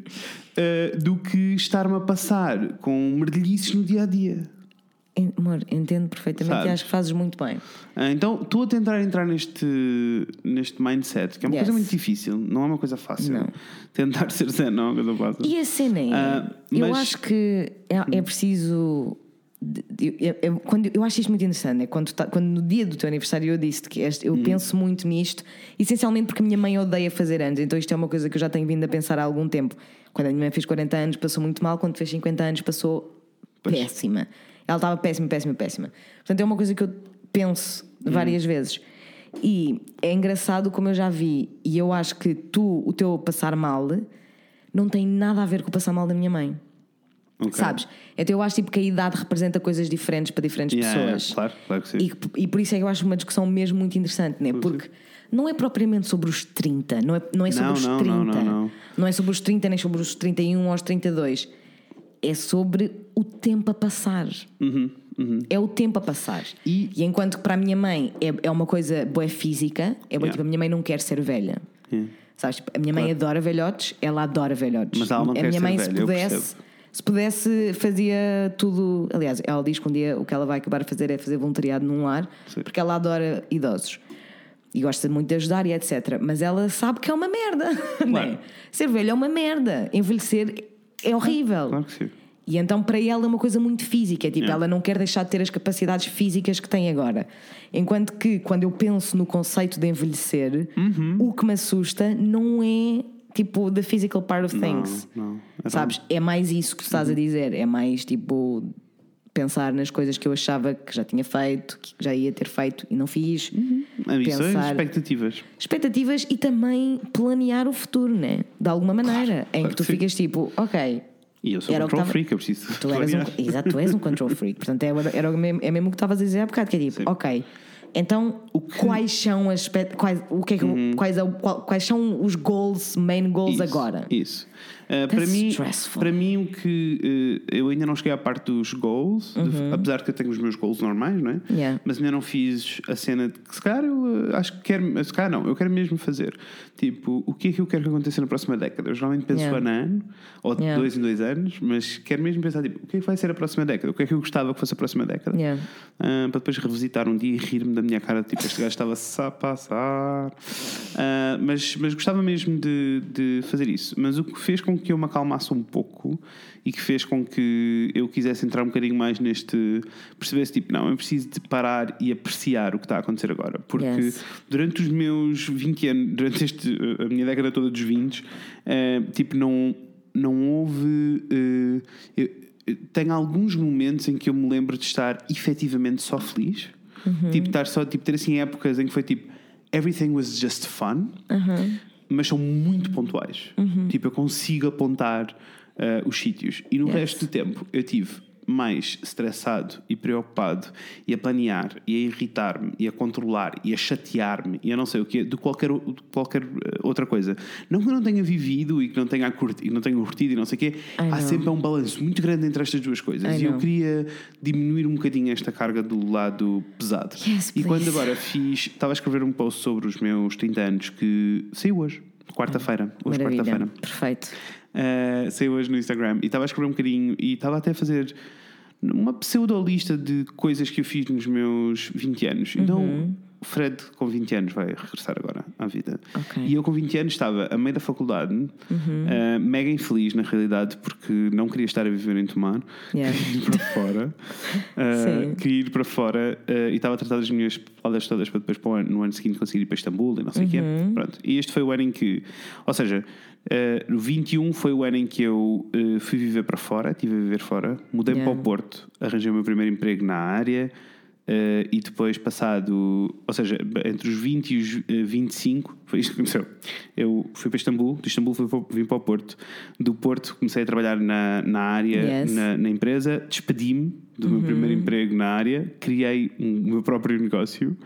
eh, do que estar-me a passar com merdilhices no dia a dia. En- Amor, entendo perfeitamente Sabes? e acho que fazes muito bem. Ah, Então estou a tentar entrar neste, neste mindset, que é uma Yes. coisa muito difícil, não é uma coisa fácil. Não. Tentar ser zen não é uma coisa fácil. E a cena é, Ah, eu mas- acho que é, é preciso. de- de- Eu, eu- quando, eu acho isto muito interessante, né? quando, tá- quando no dia do teu aniversário eu disse que este- eu penso muito nisto, essencialmente porque a minha mãe odeia fazer anos, então isto é uma coisa que eu já tenho vindo a pensar há algum tempo. Quando a minha mãe fez 40 anos passou muito mal, quando fez 50 anos passou Pois. péssima. Ela estava péssima, péssima, péssima. Portanto, é uma coisa que eu penso várias vezes. E é engraçado como eu já vi, e eu acho que tu, o teu passar mal, não tem nada a ver com o passar mal da minha mãe. Ok. Sabes? Então eu acho tipo, que a idade representa coisas diferentes para diferentes Yeah, yeah, pessoas. claro, claro que sim. E, e por isso é que eu acho uma discussão mesmo muito interessante, né? Porque não é propriamente sobre os 30, não é, não é sobre Não, os não, 30. não, não, não. Não é sobre os 30, nem sobre os 31 aos 32. É sobre o tempo a passar. É o tempo a passar. Uhum, E- E, enquanto que para a minha mãe é, é uma coisa boa física, é boa, Yeah. tipo, a minha mãe não quer ser velha. Yeah. Sabes? tipo, A minha mãe adora velhotes, ela adora velhotes. Mas ela não a quer minha ser mãe, se velha, eu pudesse, percebo. se pudesse, fazia tudo. Aliás, ela diz que um dia o que ela vai acabar a fazer é fazer voluntariado num lar, Sim. porque ela adora idosos. E gosta muito de ajudar e etc. Mas ela sabe que é uma merda. não é? Ser velho é uma merda. Envelhecer é horrível. Claro que sim. E então para ela é uma coisa muito física, tipo, Yeah. ela não quer deixar de ter as capacidades físicas que tem agora. Enquanto que quando eu penso no conceito de envelhecer, Uhum. o que me assusta não é tipo the physical part of things. não. Então- Uhum. Sabes? É mais isso que tu estás a dizer, é mais tipo pensar nas coisas que eu achava que já tinha feito, que já ia ter feito e não fiz. Uhum. É Ambições, Pensar Ah, expectativas. expectativas e também planear o futuro, né? De alguma maneira, em que tu sim. ficas tipo, ok, E eu sou Era um o que control tava- freak, eu preciso. Tu eras um, planear. exato, tu és um control freak. Portanto, é, era o mesmo, é mesmo o que estavas a dizer há bocado, que é tipo, Sim. ok. Então, quais são as espe- quais, o que é que eu- quais, é o- qual- quais são os goals, main goals Uhum. Isso, agora? Isso. Uh, para, mim, stressful. para mim, o que uh, eu ainda não cheguei à parte dos goals, de- apesar que eu tenho os meus goals normais, não é? Uhum. Yeah. Mas ainda não fiz a cena de que se calhar eu uh, acho que quero, se calhar não, eu quero mesmo fazer. Tipo, o que é que eu quero que aconteça na próxima década? Eu geralmente penso Yeah. ano a ano, ou de Yeah. dois em dois anos, mas quero mesmo pensar, tipo, o que é que vai ser a próxima década? O que é que eu gostava que fosse a próxima década? Yeah. Ah, para depois revisitar um dia e rir-me da minha cara, tipo, este gajo estava-se a passar. Ah, mas, mas gostava mesmo de, de fazer isso. Mas o que fez com que eu me acalmasse um pouco e que fez com que eu quisesse entrar um bocadinho mais neste. percebesse, tipo, não, eu preciso de parar e apreciar o que está a acontecer agora. Porque Yes. durante os meus 20 anos, durante este, a minha década toda dos 20, eh, tipo, não, não houve. eh, eu- eu- tem alguns momentos em que eu me lembro de estar efetivamente só feliz. Tipo, estar só, tipo, ter assim épocas em que foi tipo. Everything was just fun, Uhum. mas são muito pontuais. Tipo, eu consigo apontar eh, os sítios. E no Yes. resto do tempo eu tive mais estressado e preocupado e a planear e a irritar-me e a controlar e a chatear-me e a não sei o que de qualquer, o- de qualquer eh, outra coisa não que eu não tenha vivido e que não tenha curtido, e não tenha curtido e não sei o quê há know. sempre um balanço muito grande entre estas duas I coisas e eu know. queria diminuir um bocadinho esta carga do lado pesado Yes, e quando please. agora fiz estava a escrever um post sobre os meus 30 anos que saiu hoje quarta-feira hoje Maravilha. quarta-feira Perfeito. Uh, saiu hoje no Instagram e estava a escrever um bocadinho e estava até a fazer uma pseudo-lista de coisas que eu fiz nos meus 20 anos. Então, Uhum. o Fred, com 20 anos, vai regressar agora à vida. Ok. Uhum. E eu, com 20 anos, estava a meio da faculdade, uh, mega infeliz, na realidade, porque não queria estar a viver em Tomar, Yeah. queria ir para fora, uh, Sim. queria ir para fora uh, e estava a tratar das minhas palavras todas para depois para o ano- no ano seguinte conseguir ir para Istambul e não sei o quê. Uhum. Pronto. E este foi o ano em que, ou seja, uh, no 21 foi o ano em que eu uh, fui viver para fora, estive a viver fora, mudei me Yeah. para o Porto, arranjei o meu primeiro emprego na área. uh, e depois passado, ou seja, entre os 20 e os uh, 25, foi isto que aconteceu. Eu fui para Istambul, de Istambul fui para- vim para o Porto, do Porto comecei a trabalhar na, na área Yes. na, na empresa, despedi-me do meu primeiro emprego na área, criei um- o meu próprio negócio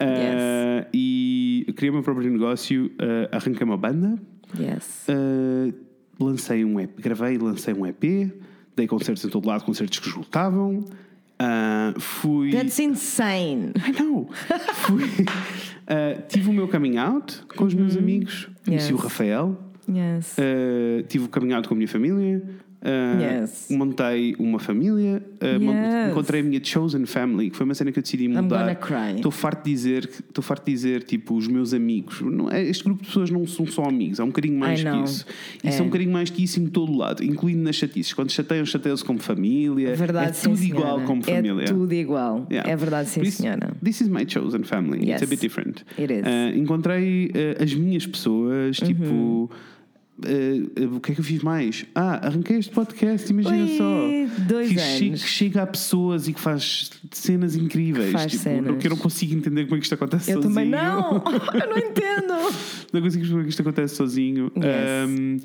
ah, e criei o meu próprio negócio, ah, arranquei uma banda, Yes. ah, lancei um EP, gravei e lancei um EP, dei concertos em todo lado, concertos que esgotavam, ah, fui. That's insane. I know. Fui, ah, tive o meu coming out com os meus amigos, conheci o Yes. Rafael. Yes. Uh, tive o caminhado com a minha família. uh, Yes. Montei uma família. uh, mon- Yes. Encontrei a minha chosen family, que foi uma cena que eu decidi I'm mudar. gonna cry. Estou farto de dizer, que- estou farto de dizer, tipo, os meus amigos. Não, é- este grupo de pessoas não são só amigos, é um bocadinho mais I que know. isso. Isso é. É. um bocadinho mais que isso em todo o lado, incluindo nas chatices. Quando chateiam, chateiam-se como família. Verdade, é sim, tudo senhora. igual como família. É tudo igual. Yeah. É verdade, sim, Por isso, senhora. This is my chosen family. Yes. It's a bit different. It is. Uhum. Ah, encontrei ah, as minhas pessoas, tipo. ah, ah, o que é que eu fiz mais? Ah, arranquei este podcast, imagina Ui, só. dois que anos. che- que chega a pessoas e que faz cenas incríveis. Faz tipo, cenas. não- que eu não consigo entender como é que isto acontece Eu sozinho. também não. Eu não entendo. Não consigo perceber que isto acontece sozinho. Yes. Um,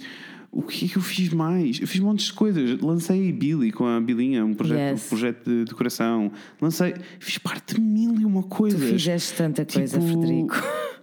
o que é que eu fiz mais? Eu fiz montes de coisas. Lancei a Billy com a Bilinha, um projeto, Yes. um projeto de decoração. Lancei. Fiz parte de mil e uma Tu coisas. fizeste tanta coisa, Tipo, Frederico.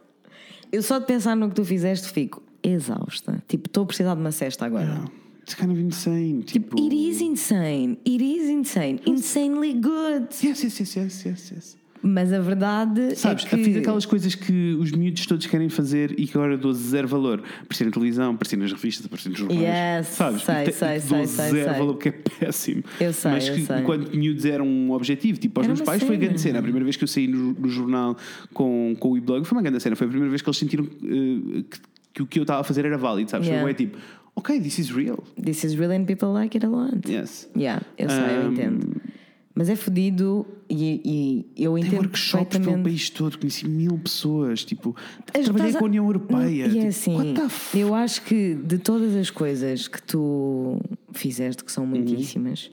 Eu só de pensar no que tu fizeste fico exausta. Tipo, estou a precisar de uma cesta agora. Yeah. It's kind of insane. Tipo, It is insane. It is insane. Insanely good. Yes, yes, yes, yes, yes, yes. Mas a verdade Sabes, é que... fiz aquelas coisas que os miúdos todos querem fazer e que agora eu dou zero valor. Aparecer na televisão, aparecer nas revistas, aparecer nos jornais. Yes, sabes? sei, E te- sei, e dou sei, sei, zero sei. valor, porque é péssimo. Eu sei, Mas eu que sei. enquanto miúdos era um objetivo, tipo, aos Era meus uma pais foi a grande cena. cena. A primeira vez que eu saí no, no jornal com, com o e-blog foi uma grande cena. Foi a primeira vez que eles sentiram eh, que, que o que eu estava a fazer era válido, sabes? Yeah. Foi bué tipo, ok, this is real. This is real and people like it a lot. Yes. Yeah, eu sei, eu Um, entendo. Mas é fodido e, e eu Tem entendo workshops pelo perfeitamente. país todo, conheci mil pessoas, tipo, As- trabalhei estás a- com a União Europeia. E tipo, é assim, what the f- eu acho que de todas as coisas que tu fizeste, que são Uhum. muitíssimas,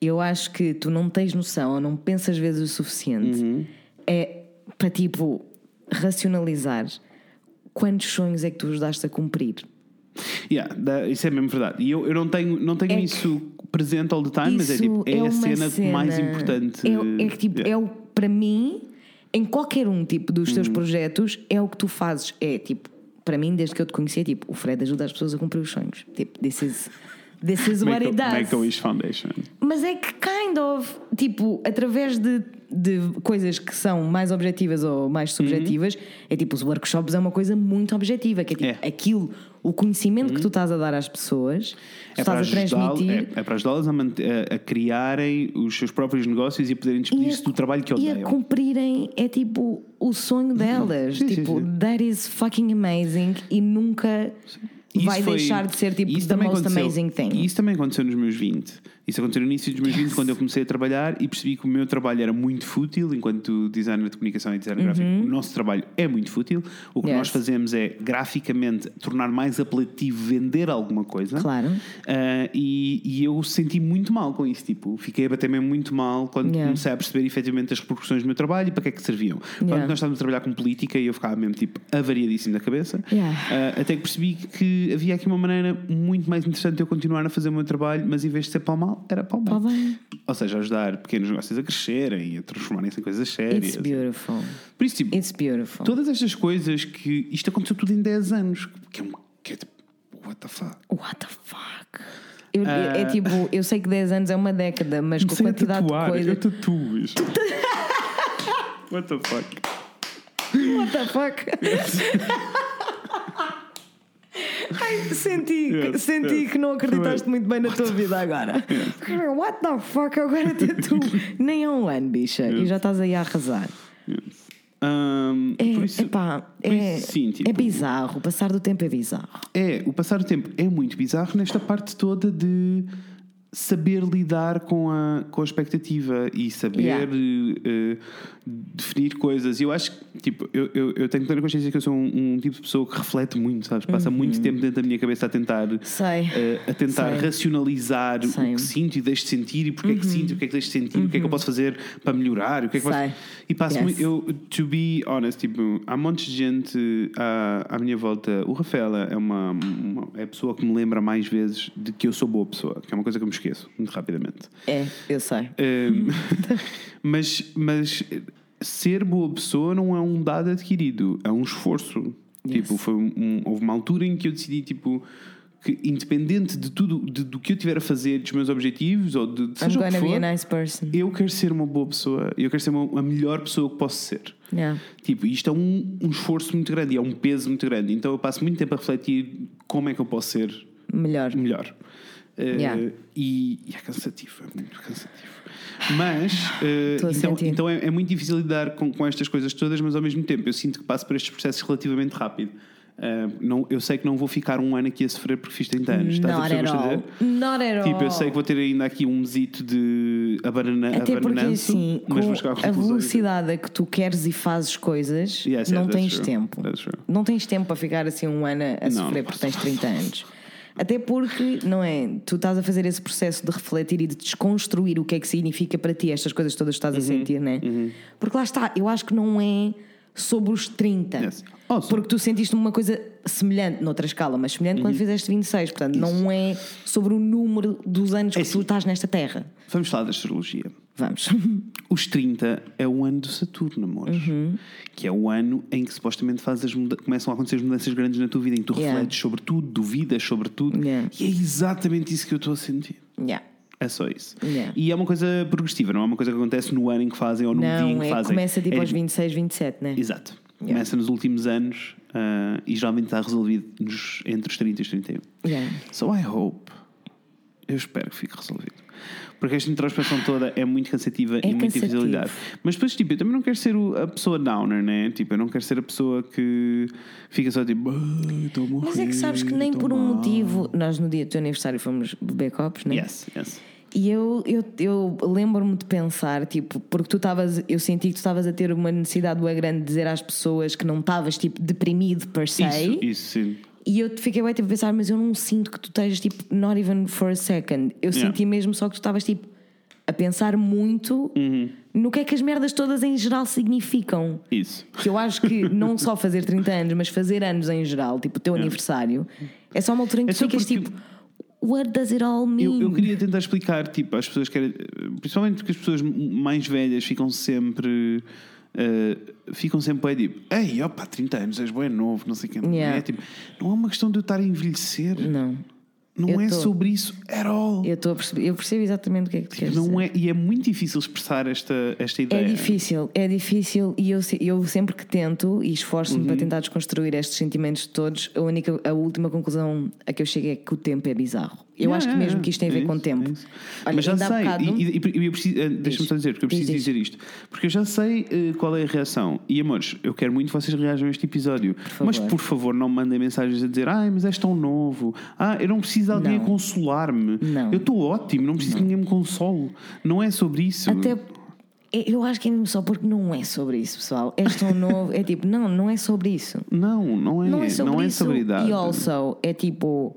eu acho que tu não tens noção ou não pensas às vezes o suficiente Uhum. é para tipo racionalizar quantos sonhos é que tu ajudaste a cumprir. Yeah, da- isso é mesmo verdade. E eu, eu não tenho, não tenho É que- isso presente all the time, mas é, tipo, é, uma a cena, mais importante. É, o- é que, tipo, yeah. é o, para mim, em qualquer um tipo dos Uhum. teus projetos, é o que tu fazes. É tipo, para mim, desde que eu te conheci, é tipo, o Fred ajuda as pessoas a cumprir os sonhos. Tipo, this is, this is what it Make a- does. Make a Wish Foundation. Mas é que, kind of, tipo, através de, de coisas que são mais objetivas ou mais Uhum. subjetivas, é tipo, os workshops é uma coisa muito objetiva, que é tipo, É. Uhum. aquilo, o conhecimento que tu estás a dar às pessoas, tu É para, estás a ajudá transmitir. é, é para ajudá-las a, mante- a- a criarem os seus próprios negócios e poderem despedir-se do trabalho que e a odeiam. Uhum. cumprirem é tipo o sonho delas. Sim, sim, tipo, sim. that is fucking amazing e nunca E isso vai foi- deixar de ser tipo e isso the também most aconteceu- amazing E thing. isso também aconteceu nos meus 20. Isso aconteceu no início dos meus 20, quando eu comecei a trabalhar e percebi que o meu trabalho era muito fútil, enquanto designer de comunicação e designer gráfico, o nosso trabalho é muito fútil. O que Uhum. Yes. nós fazemos é, graficamente, tornar mais apelativo vender alguma coisa. Claro. Ah, e, e eu senti muito mal com isso. Tipo, fiquei a bater mesmo muito mal quando Yeah. comecei a perceber efetivamente as repercussões do meu trabalho e para que é que serviam. Quando Yeah. nós estávamos a trabalhar com política e eu ficava mesmo tipo avariadíssimo da cabeça. Yeah. Uh, até que percebi que havia aqui uma maneira muito mais interessante de eu continuar a fazer o meu trabalho, mas em vez de ser para o mal, era para o bem. Tá bem. Ou seja, ajudar pequenos negócios a crescerem e a transformarem-se em coisas sérias. It's beautiful. Por isso, tipo, It's beautiful. todas estas coisas que. Isto aconteceu tudo em 10 anos, que é, um, que é tipo. What the fuck? What the fuck? Eu- Ah. É tipo, eu sei que 10 anos é uma década, mas com a Comecei a quantidade de tatuar, coisas. eu tatuo isto. What the fuck? What the fuck? Ai, senti, que Yes, senti yes. que não acreditaste Também. muito bem na tua vida agora. What the fuck? Agora até tu. Nem há um ano, bicha. E já estás aí a arrasar. Um, É, por isso, epá, por é, isso, sim, é tipo, bizarro. O passar do tempo é bizarro. É, o passar o tempo é muito bizarro nesta parte toda de saber lidar com a, com a expectativa e saber Yeah. eh, eh, definir coisas. E Eu acho que, tipo, eu, eu, eu tenho plena consciência que eu sou um, um tipo de pessoa que reflete muito, sabes? Passa muito tempo dentro da minha cabeça a tentar. Uhum. Sei. eh, a tentar Sei. racionalizar Sei. Uhum. o que sinto e deixo de sentir e porque é que sinto, o que é que deixo de sentir, o que é que eu posso fazer para melhorar, o que é que Sei. posso... E passo Yes. muito, eu, to be honest, tipo, há montes de gente ah, à, à minha volta. O Rafael é uma, uma- é a pessoa que me lembra mais vezes de que eu sou boa pessoa, que é uma coisa que eu me esqueço muito rapidamente. É, eu sei. Ehm, mas, mas ser boa pessoa não é um dado adquirido, é um esforço. Tipo, foi um- um- houve uma altura em que eu decidi, tipo, que independente de tudo, de- do que eu tiver a fazer, dos meus objetivos ou de, de I'm seja o que gonna be a for, nice person. eu quero ser uma boa pessoa, eu quero ser uma- a melhor pessoa que posso ser. Yeah. Tipo, isto é um, um esforço muito grande e é um peso muito grande. Então eu passo muito tempo a refletir como é que eu posso ser Melhor. melhor. Eh, Yeah. e, e é cansativo, é muito cansativo. Mas, eh, Tô a então, sentir. então é, é muito difícil lidar com, com estas coisas todas, mas ao mesmo tempo eu sinto que passo por estes processos relativamente rápido. Eh, não, eu sei que não vou ficar um ano aqui a sofrer porque fiz 30 anos. Estás a Not perceber at o que eu estou a all. dizer? Not at all. Tipo, eu sei que vou ter ainda aqui um mesito de abanana, Até porque abanananço, assim, com mas vou chegar à a conclusão. velocidade a que tu queres e fazes coisas, Yes, yes, não that's tens true. tempo. That's true. Não tens tempo para ficar assim um ano a Não, sofrer não porque posso. tens 30 anos. Até porque, não é? Tu estás a fazer esse processo de refletir e de desconstruir o Uhum. né? que é que significa para ti estas coisas todas que estás a sentir, não é? Porque lá está, eu acho que não é sobre os 30. Yes. Oh, Awesome. Porque tu sentiste uma coisa semelhante, noutra escala, mas semelhante Uhum. quando fizeste 26. Portanto, não é sobre o número dos anos que É tu assim. estás nesta terra. Vamos falar da astrologia. Vamos. Os 30 é o ano do Saturno, amores. Uhum. Que é o ano em que supostamente fazes as muda- começam a acontecer as mudanças grandes na tua vida, em que tu Yeah. refletes sobre tudo, duvidas sobre tudo. Yeah. E é exatamente isso que eu estou a sentir. Yeah. É só isso. Yeah. E é uma coisa progressiva, não é uma coisa que acontece no ano em que fazem ou no dia em Não, que é, fazem. começa tipo É- aos 26, 27, né? Exato. Yeah. Começa nos últimos anos ah, e geralmente está resolvido nos- entre os 30 e os 31. Yeah. So I hope. Eu espero que fique resolvido. Porque esta introspeção toda é muito cansativa e muito difícil de lidar. Mas depois, tipo, eu também não quero ser o- a pessoa downer, né? Tipo, eu não quero ser a pessoa que fica só tipo, "Ah, estou a morrer. Mas é que sabes que nem estou por um mal." motivo. Nós no dia do teu aniversário fomos beber copos, não é? Yes, yes. E eu, eu, eu lembro-me de pensar, tipo, porque tu estavas, eu senti que tu estavas a ter uma necessidade bem grande de dizer às pessoas que não estavas, tipo, deprimido per se. Isso, isso, sim. E eu fiquei bem tipo, a pensar, mas eu não sinto que tu estejas, tipo, not even for a second. Eu Yeah. senti mesmo só que tu estavas, tipo, a pensar muito Uhum. no que é que as merdas todas em geral significam. Isso. Que eu acho que não só fazer 30 anos, mas fazer anos em geral, tipo o teu aniversário, é só uma altura em que É tu só ficas porque- tipo, what does it all mean? Eu, eu queria tentar explicar, tipo, às pessoas que era, principalmente porque as pessoas mais velhas ficam sempre. eh, ficam sempre aí tipo, ei, opa, 30 anos, és bom, é novo, não sei o quê. Não Yeah. É, tipo, não é uma questão de eu estar a envelhecer, Não, não eu é tô- sobre isso at all. eu estou a perceber, eu percebo exatamente o que é que tu queres dizer. não é, e é muito difícil expressar esta, esta É ideia. difícil, é difícil e eu, se- eu sempre que tento e esforço-me Uhum. para tentar desconstruir estes sentimentos todos, a única, a última conclusão a que eu chego é que o tempo é bizarro. Eu Yeah, acho que yeah, mesmo que isto tem a ver é com o isso, tempo. é isso. Olha, Mas já ainda há sei, bocado- e, e- e eu preciso, eh, deixa-me só dizer, porque eu Diz, preciso diz. dizer isto. Porque eu já sei eh, qual é a reação. E amores, eu quero muito que vocês reajam a este episódio. mas favor. por favor, não me mandem mensagens a dizer, ai, mas és tão novo. Ah, eu não preciso de alguém Não. a consolar-me. Não. Eu estou ótimo, não preciso que ninguém me console. Não é sobre isso. Até eu acho que é mesmo só porque não é sobre isso, pessoal. És tão novo, é tipo, não, não é sobre isso. Não, não é. Não é sobre isso. sobre idade. E also, é tipo.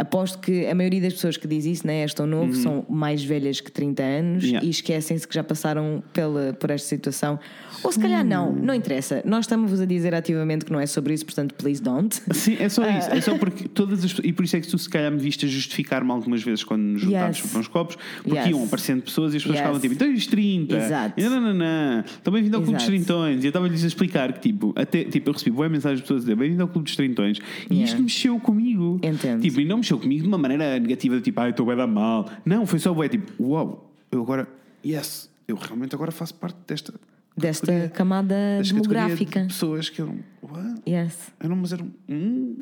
Aposto que a maioria das pessoas que diz isso, né, estão novo, são mais velhas que 30 anos Yeah. e esquecem-se que já passaram pela, por esta situação. Ou se calhar não, não interessa. Nós estamos-vos a dizer ativamente que não é sobre isso, portanto, please don't. Sim, é só Ah. isso. É só porque todas as. E por isso é que tu, se calhar, me viste a justificar-me algumas vezes quando nos juntámos Yes. para uns copos, porque Yes. iam aparecendo pessoas e as pessoas Yes. ficavam tipo, então e os 30. Exato. E não, não, não. Estão bem-vindo ao Clube dos Exato. Trintões. E eu estava-lhes a explicar que, tipo, até, tipo eu recebi boa mensagem de pessoas a dizer, bem-vindo ao Clube dos Trintões. E Yeah. isto mexeu comigo. Entendo. Tipo, e não mexeu comigo de uma maneira negativa, de tipo, ah, eu estou a dar mal. Não, foi só bué, tipo, uau, eu agora, yes, eu realmente agora faço parte desta. Desta categoria- camada desta categoria demográfica. De pessoas que eu não. What? Yes. Eu não, mas era um. Hum,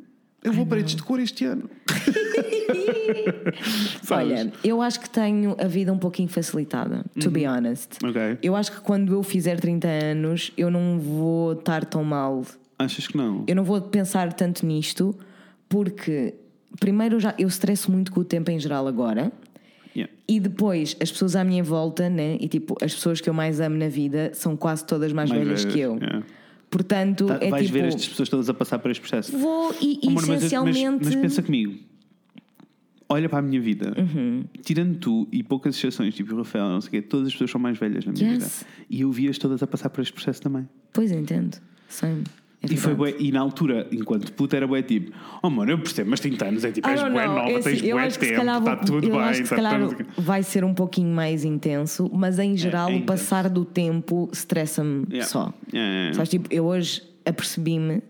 eu vou paredes de cor este ano. Sabes? Olha, eu acho que tenho a vida um pouquinho facilitada, to be honest. Uhum. Ok. Eu acho que quando eu fizer 30 anos, eu não vou estar tão mal Achas que não? Eu não vou pensar tanto nisto porque primeiro eu já eu estresso muito com o tempo em geral agora Yeah. e depois as pessoas à minha volta, né? E tipo, as pessoas que eu mais amo na vida são quase todas mais, Mais velhas, velhas, que eu. yeah. Portanto, Tá- é vais tipo ver estas pessoas todas a passar por este processo. vou e Oh, mano, mas- essencialmente Mas, mas pensa comigo. Olha para a minha vida. Uhum. Tirando tu e poucas exceções, tipo o Rafael, não sei o quê, todas as pessoas são mais velhas na minha Yes. vida. E eu vi-as todas a passar por este processo também. Pois entendo. Sim. É e, foi verdade. bué, e na altura, enquanto puta, era bué tipo: Oh mano, eu percebo, mas 30 anos é tipo, I és don't bué know, nova, esse- tens assim, eu bué acho que se tempo, calhar está vou- tudo eu bem. acho que se tá- tá- calhar vai ser um pouquinho mais intenso, mas em geral o intenso. passar do tempo estressa-me Yeah. só. Yeah, yeah, Uhum. yeah. Sabes, tipo, eu hoje apercebi-me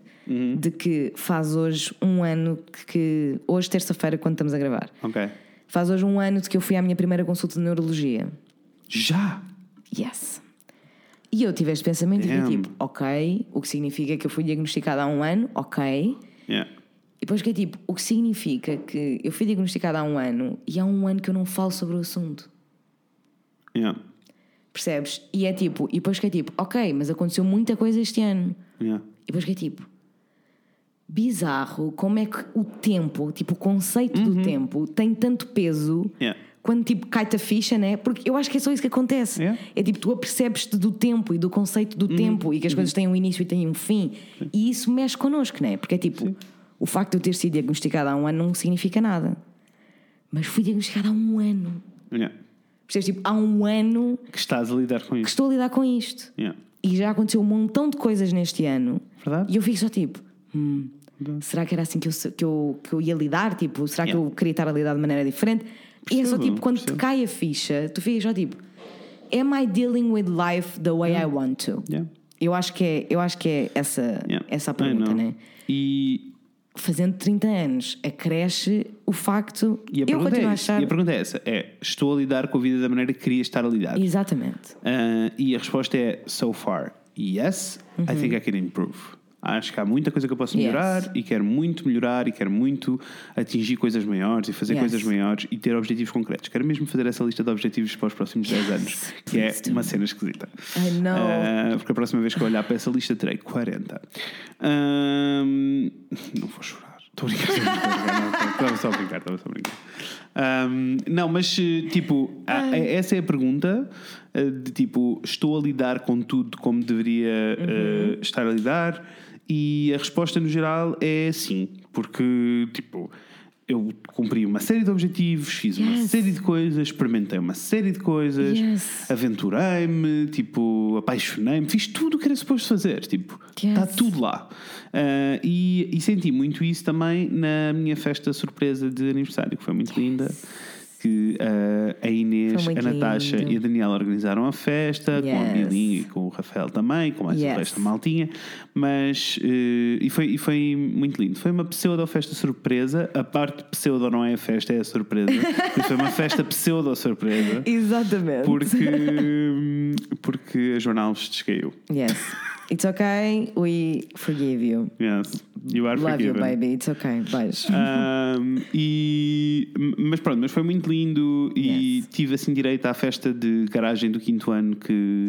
de que faz hoje um ano que, que- hoje terça-feira quando estamos a gravar. Ok. Faz hoje um ano de que eu fui à minha primeira consulta de neurologia. Já! Yes. E eu tive este pensamento e Damn. fiquei tipo, ok, o que significa que eu fui diagnosticada há um ano, ok. Yeah. E depois fiquei tipo, o que significa que eu fui diagnosticada há um ano e há um ano que eu não falo sobre o assunto. Yeah. Percebes? E é tipo, e depois fiquei tipo, ok, mas aconteceu muita coisa este ano. Yeah. E depois fiquei tipo, bizarro como é que o tempo, tipo, o conceito do tempo tem tanto peso. Uhum. Yeah. Quando tipo cai-te a ficha, né? Porque eu acho que é só isso que acontece. Yeah. Uhum. É tipo, tu apercebes-te do tempo e do conceito do tempo e que as coisas têm um início e têm um fim. E isso mexe connosco, né? Porque é tipo, o facto de eu ter sido diagnosticada há um ano não significa nada. Mas fui diagnosticada há um ano. Yeah. Percebes? Tipo, há um ano Que estás a lidar com que isso. estou a lidar com isto. Yeah. E já aconteceu um montão de coisas neste ano. Verdade. E eu fico só tipo, hum, será que era assim que eu, se- que eu, que eu ia lidar? Tipo, será que Yeah. eu queria estar a lidar de maneira diferente? e é só Percebo, tipo, quando percebo. te cai a ficha, tu ficas só tipo, am I dealing with life the way I want to? Yeah. Eu acho que é, eu acho que é essa, Yeah. essa a I pergunta, know. né? E, Fazendo 30 anos, acresce o facto. e, a, eu pergunta é continuo a isso. achar. e a pergunta é essa: é estou a lidar com a vida da maneira que queria estar a lidar? Exatamente. Ah, e a resposta é so far, yes, I think I can improve. Acho que há muita coisa que eu posso Uhum. Yes. melhorar e quero muito melhorar e quero muito atingir coisas maiores e fazer Yes. coisas maiores e ter objetivos concretos. Quero mesmo fazer essa lista de objetivos para os próximos 10 anos, que é please do. uma cena esquisita. I know. Ah, porque a próxima vez que eu olhar para essa lista terei 40. Ahm, não vou chorar. Estou a brincar. estou a brincar, não, não, Estava só a brincar, estava só a brincar. Ahm, não, mas eh, tipo, a- é- essa é a pergunta eh, de tipo, estou a lidar com tudo como deveria eh, Uhum. estar a lidar? E a resposta no geral é sim, porque tipo, eu cumpri uma série de objetivos, fiz uma Yes. série de coisas, experimentei uma série de coisas, Yes. aventurei-me, tipo, apaixonei-me, fiz tudo o que era suposto fazer, tipo, Yes. está tudo lá. Ah, e, e senti muito isso também na minha festa surpresa de aniversário, que foi muito linda. Que ah, a Inês, Foi a muito Natasha lindo. e a Daniela organizaram a festa, com a Yes. Bilinha e com o Rafael também, com mais o Yes. resto da maltinha, mas eh, e, foi, e foi muito lindo. Foi uma pseudo-festa surpresa, a parte pseudo não é a festa, é a surpresa. Mas foi uma festa pseudo-surpresa. Exatamente. Porque, porque a Joana Alves descaiu. Yes. It's okay, we forgive you. Yes. You are Love you, forgiven. baby. It's okay. Beijo. Ahm, e, mas pronto, mas foi muito lindo e Yes. tive assim direito à festa de garagem do quinto ano que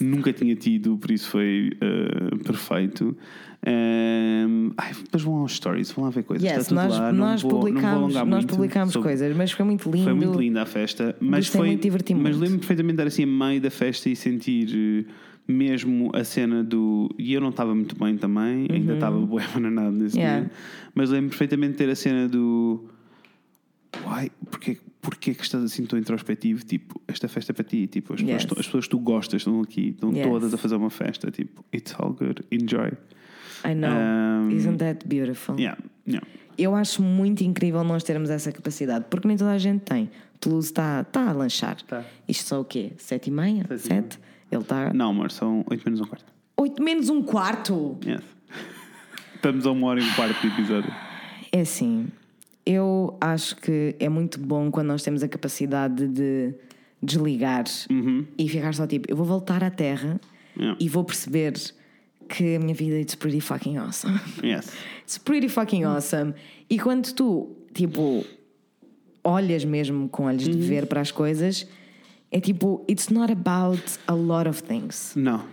nunca tinha tido, por isso foi ah, perfeito. Ahm, ai, depois vão aos stories, vão lá ver coisas. yes, está tudo nós, lá, não nós vou- não vou publicámos, alongar nós muito publicámos sobre- coisas, mas foi muito lindo. Foi muito linda a festa, mas Gostei foi muito, diverti-me Mas muito. lembro perfeitamente de estar assim a meio da festa e sentir eh, mesmo a cena do e eu não estava muito bem também, ainda estava bué bananado nesse Uhum. Yeah. dia. Mas lembro perfeitamente de ter a cena do Uai, porquê, porquê que estás assim tão introspectivo? Tipo, esta festa é para ti. Tipo, as, Yes. pessoas, as pessoas que tu gostas estão aqui, estão Yes. todas a fazer uma festa. Tipo, it's all good, enjoy. I know. Um, Isn't that beautiful? Yeah, yeah. Eu acho muito incrível nós termos essa capacidade, porque nem toda a gente tem. Toulouse está tá a lanchar. Tá. Isto só o quê? Sete e meia? Sete e Sete? Ele está. Não, amor, são 8 menos um quarto. Oito menos um quarto! Yes. Estamos a uma hora e um quarto de episódio. É assim, eu acho que é muito bom quando nós temos a capacidade de desligar e ficar só tipo, eu vou voltar à Terra Yeah. e vou perceber que a minha vida it's pretty fucking awesome. Yes. It's pretty fucking awesome. E quando tu, tipo, olhas mesmo com olhos de ver para as coisas, é tipo, it's not about a lot of things. Não.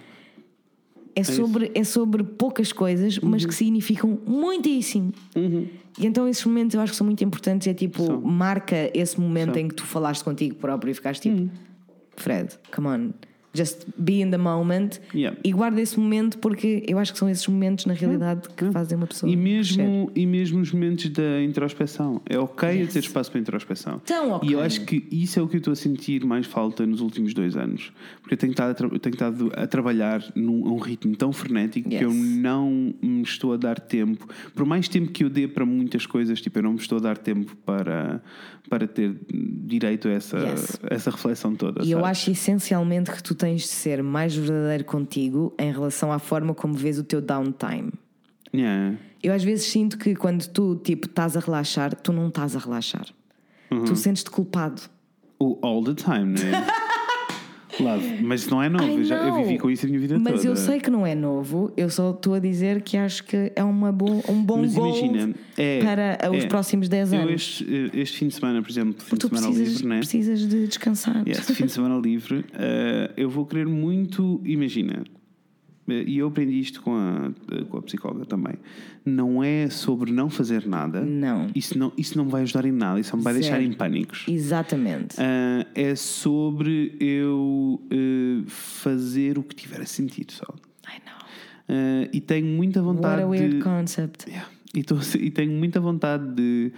É sobre, é sobre poucas coisas, mas Uhum. que significam muitíssimo. E então esses momentos eu acho que são muito importantes. É tipo, São. marca esse momento São. Uhum. em que tu falaste contigo próprio e ficaste tipo, Fred, come on, just be in the moment Yeah. e guarda esse momento porque eu acho que são esses momentos na realidade que fazem uma pessoa. E crescer. mesmo, e mesmo os momentos da introspeção. É ok eu ter espaço para introspeção. Tão ok. E eu acho que isso é o que eu estou a sentir mais falta nos últimos dois anos. Porque eu tenho estado a, tra- eu tenho estado a trabalhar num a um ritmo tão frenético que eu Yes. não me estou a dar tempo. Por mais tempo que eu dê para muitas coisas, tipo, eu não me estou a dar tempo para, para ter direito a essa, Yes. a essa reflexão toda. E eu sabes? acho essencialmente que tu tens de ser mais verdadeiro contigo em relação à forma como vês o teu downtime. Yeah. Eu às vezes sinto que quando tu tipo estás a relaxar, tu não estás a relaxar. Uhum. Tu sentes-te culpado. O all the time, né? Love. Mas isso não é novo. I Eu, já, eu know. vivi com isso a minha vida Mas toda. eu sei que não é novo, eu só estou a dizer que acho que é uma bo- um bom Mas goal imagina, é- para os é. próximos 10 Eu anos. este, eh, este fim de semana, por exemplo, fim tu de semana precisas, livre, né? precisas de descansar. Yes, fim de semana livre. eh, eu vou querer muito, imagina, eh, e eu aprendi isto com a, eh, com a psicóloga também. Não é sobre não fazer nada. Não. Isso não, isso não vai ajudar em nada, isso só me vai deixar Zero. em pânicos. Exatamente. Ah, é sobre eu eh, fazer o que tiver a sentir só. I know. Ah, e tenho muita What vontade a weird de. concept. Yeah. E, tô- e tenho muita vontade de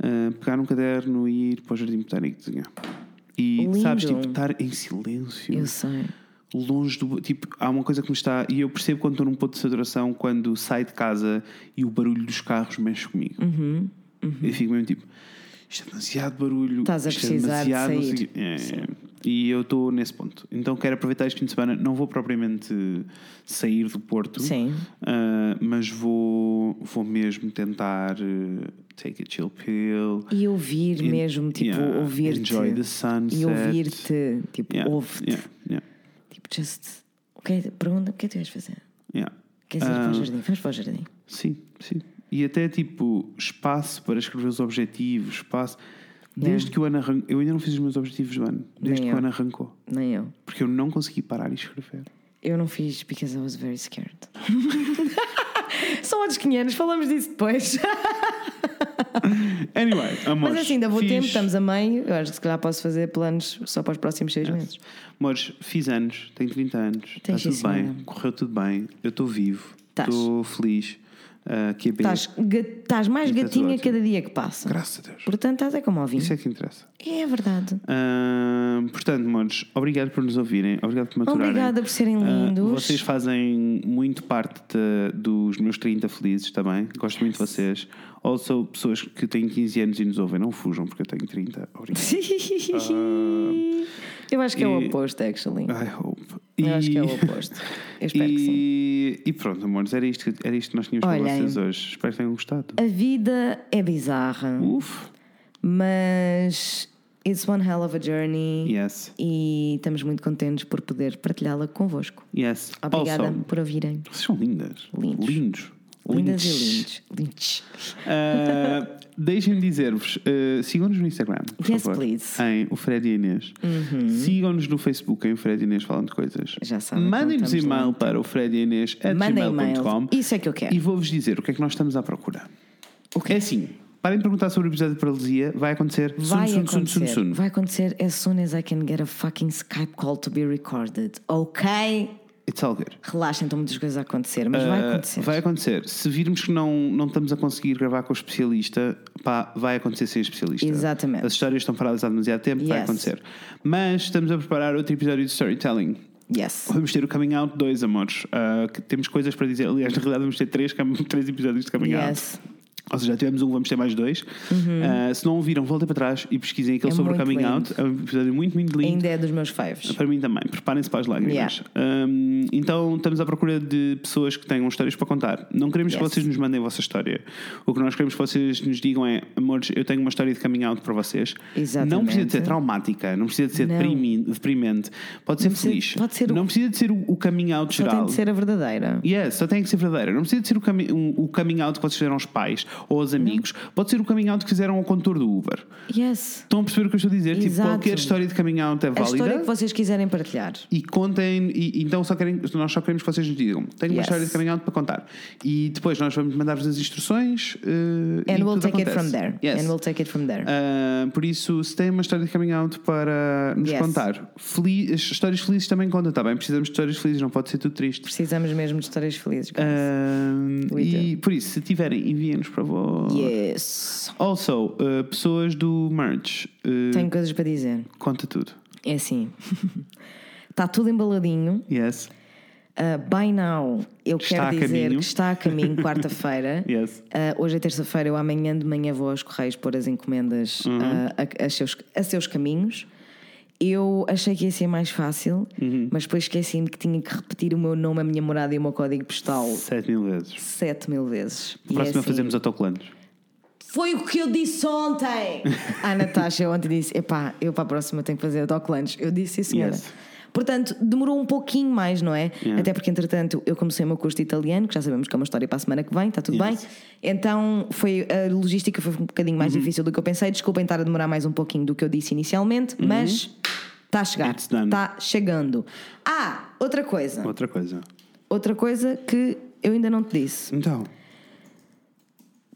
ah, pegar um caderno e ir para o Jardim Botânico desenhar. E Lindo. sabes, tipo, estar em silêncio, Eu sei. longe do. Tipo, há uma coisa que me está. E eu percebo quando estou num ponto de saturação, quando saio de casa e o barulho dos carros mexe comigo. Uhum, Eu fico mesmo tipo. Isto é demasiado barulho. Estás a isto é precisar de demasiado não sei sair. quê." É, e eu estou nesse ponto. Então quero aproveitar este fim de semana. Não vou propriamente sair do Porto. Sim. ah, mas vou, vou mesmo tentar eh, take a chill pill. E ouvir En- mesmo, tipo, yeah, ouvir-te. Enjoy the sunset. E ouvir-te, tipo, Yeah, ouve-te. yeah, yeah, Tipo, just. O que é- pergunta, o que é que tu vais fazer? yeah. Queres ir para Ah, o jardim? Vamos para o jardim. Sim, sim. E até tipo, espaço para escrever os objetivos, espaço. Desde que o ano arrancou. Eu ainda não fiz os meus objetivos do ano. Desde Nem que o eu. ano arrancou. Nem eu. Porque eu não consegui parar e escrever. Eu não fiz because I was very scared. São outros 500, falamos disso depois. Anyway, amores. Mas assim, ainda vou fiz... tempo, estamos a meio. Eu acho que se calhar posso fazer planos só para os próximos Ah, seis meses. Amores, fiz anos, tenho 30 anos. Está Tens tudo isso, bem, Ana. correu tudo bem. Eu estou vivo, Tás. estou feliz. ah, que é bem. Estás, ga- estás mais Isso é gatinha ótimo. cada dia que passa. Graças a Deus. Portanto, estás é como ao vinho. Isso é que interessa. É verdade. Ahn, portanto, Mons, obrigado por nos ouvirem, obrigado por maturarem. Obrigada por serem Ah, lindos. vocês fazem muito parte de- dos meus 30 felizes também. Gosto muito de vocês. Ou são pessoas que têm 15 anos e nos ouvem, não fujam, porque eu tenho 30. Obrigado. eu acho que é o Ah. e- Ah. oposto, actually. I hope. Eu acho que é o oposto. Eu espero e, que sim. E pronto, amores, era isto, que- era isto que nós tínhamos para Olhem. vocês hoje. Espero que tenham gostado. A vida é bizarra, Uf, mas it's one hell of a journey yes, e estamos muito contentes por poder partilhá-la convosco. yes. Obrigada Also, por ouvirem. vocês são lindas. Lindos. Lindos. Lindas Lindes. e lindos. Lindos. Uh, Deixem-me dizer-vos, uh, sigam-nos no Instagram, por Yes, favor, please. Uhum. em o Fred e a Inês. Sigam-nos no Facebook em o Fred e Inês falando de coisas. Já sabem, Mandem-nos então, estamos e-mail para o Fred e Inês Mandem e-mail. Isso é que eu quero. E vou-vos dizer o que é que nós estamos à procura. O quê? É assim, parem de perguntar sobre o episódio de paralisia, vai acontecer. Vai sun, sun, acontecer. sun, sun, sun. Vai acontecer as soon as I can get a fucking Skype call to be recorded. Ok? It's all good. Relaxem, estão muitas coisas a acontecer, mas vai Uh, acontecer. vai acontecer. Se virmos que não, não estamos a conseguir gravar com o especialista, pá, vai acontecer sem especialista. Exatamente. As histórias estão paradas há demasiado tempo, vai Yes. acontecer. Mas estamos a preparar outro episódio de storytelling. Yes. Vamos ter o Coming Out 2, amores. Uh, que temos coisas para dizer. Aliás, na realidade, vamos ter três, cam- três episódios de Coming Yes. Uhum. Out. Ou seja, já tivemos um, vamos ter mais dois. Uh, se não ouviram, voltem para trás e pesquisem aquele É sobre o muito Coming lindo. Out. É um episódio muito, muito lindo. Ainda é dos meus faves. Ah, Para mim também, preparem-se para as lágrimas. Yeah. Um, então estamos à procura de pessoas que tenham histórias para contar. Não queremos que Yes. vocês nos mandem a vossa história. O que nós queremos que vocês nos digam é: amores, eu tenho uma história de coming out para vocês. Exatamente. Não precisa de ser traumática, não precisa de ser Não. deprimi- deprimente, pode ser precisa- feliz. pode ser o- não precisa de ser o, o coming out Só geral. tem de ser a verdadeira. Yes, só tem que ser verdadeira. Não precisa de ser o, cami um- o coming out que vocês fizeram aos pais ou aos amigos. Pode ser o coming out que fizeram ao condutor do Uber. Yes. Estão a perceber o que eu estou a dizer? Tipo, Exato. qualquer história de coming out é A válida história que vocês quiserem partilhar. e contem, e, então só querem, nós só queremos que vocês nos digam. Tenho uma Yes. história de coming out para contar. E depois nós vamos mandar-vos as instruções. eh, e And we'll tudo take it acontece. from there. Yes. And we'll take it from there. Ah, por isso, se têm uma história de coming out para nos Yes. contar, feliz, as histórias felizes também contam, tá bem? Precisamos de histórias felizes, não pode ser tudo triste. Precisamos mesmo de histórias felizes. guys. Ah, We e por isso, se tiverem, enviem-nos para vós. yes. Also, ah, pessoas do merch, ah, Tenho coisas para dizer. conta tudo. É assim. Está tudo embaladinho. Yes, Uh, by now, eu Está quero a dizer caminho. que está a caminho quarta-feira. Yes. Uh, hoje é terça-feira, eu amanhã de manhã vou aos Correios pôr as encomendas Uhum. uh, a, a seus, a seus caminhos. Eu achei que ia ser mais fácil, Uhum. mas depois esqueci-me que tinha que repetir o meu nome, a minha morada e o meu código postal 7 mil vezes. sete mil vezes. Oh. E é Próxima assim, fazemos autocolantes. Foi o que eu disse ontem! a Natasha ontem disse: epá, eu para a próxima tenho que fazer autocolantes. Eu disse isso, senhora. Yes. Portanto, demorou um pouquinho mais, não é? Yeah. Até porque, entretanto, eu comecei o meu curso de italiano, que já sabemos que é uma história para a semana que vem, está tudo Yes. Uhum. bem. Então, foi, a logística foi um bocadinho mais difícil do que eu pensei. Desculpem estar a demorar mais um pouquinho do que eu disse inicialmente, mas está a chegar. Uhum. It's done. Está chegando. Ah, outra coisa. Outra coisa. Outra coisa que eu ainda não te disse. Então.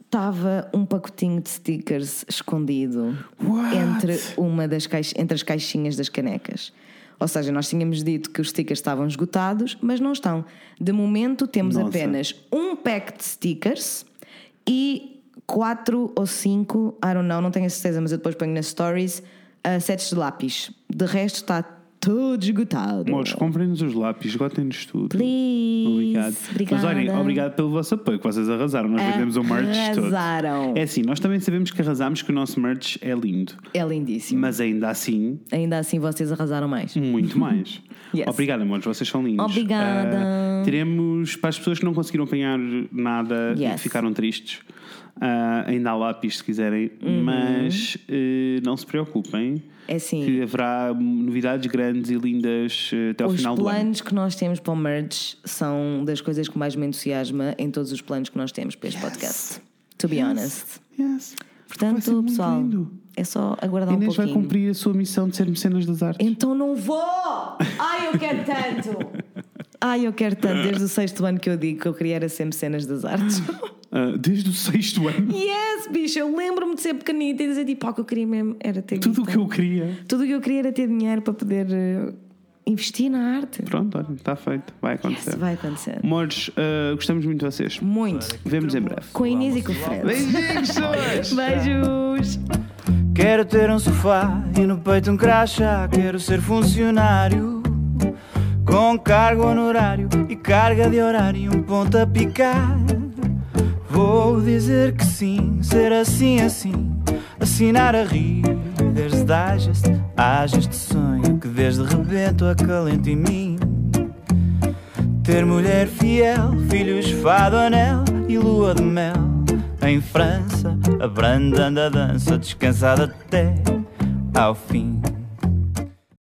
Estava um pacotinho de stickers escondido What? entre, uma das caix... entre as caixinhas das canecas. Ou seja, nós tínhamos dito que os stickers estavam esgotados, mas não estão. De momento temos Nossa. apenas um pack de stickers e quatro ou cinco, I don't know, não tenho a certeza, mas eu depois ponho nas stories, ah, sets de lápis. De resto está todo esgotado. Amores, comprem-nos os lápis, esgotem-nos tudo. Please. Obrigado. Mas olhem, Obrigada. É, obrigado pelo vosso apoio, que vocês arrasaram. Nós vendemos o merch todo. Arrasaram. É assim, nós também sabemos que arrasamos, que o nosso merch é lindo. É lindíssimo. Mas ainda assim, Ainda assim vocês arrasaram mais. muito mais. Yes. Obrigado, amores, vocês são lindos. Obrigada. Ah, teremos, para as pessoas que não conseguiram apanhar nada e Yes. que ficaram tristes, ah, ainda há lápis se quiserem, mas eh, não se preocupem. Uhum. É assim. Que haverá novidades grandes e lindas eh, até ao Os final do ano. planos que nós temos para o merge são das coisas que mais me entusiasma em todos os planos que nós temos para este Yes. podcast. To be honest. Yes. Vai ser Portanto, muito pessoal, lindo. é só aguardar Inês um vai pouquinho. cumprir a sua missão de ser mecenas das artes. Então não vou! Ai, eu quero tanto! Ai, eu quero tanto. Desde o sexto ano que eu digo que eu queria era sempre cenas das artes. Ah, desde o sexto ano, yes, bicho, eu lembro-me de ser pequenita e dizer tipo, "Ah, o que eu queria mesmo era ter tudo o guita." que eu queria. Tudo o que eu queria era ter dinheiro para poder eh, investir na arte. Pronto, olha, está feito. Vai acontecer. Isso vai acontecer. Amores, ah, gostamos muito de vocês. Muito. Vemos em breve. Com a Inês e com o Fred. Beijinhos, pessoas! Beijos! Quero ter um sofá e no peito um crachá. Quero ser funcionário com cargo honorário e carga de horário e um ponto a picar. Vou dizer que sim, ser assim, assim, assinar a rir. Desde hajas, haja este sonho que desde rebento acalenta em mim. Ter mulher fiel, filhos fado anel e lua de mel Em França, abrandando a dança, descansada até ao fim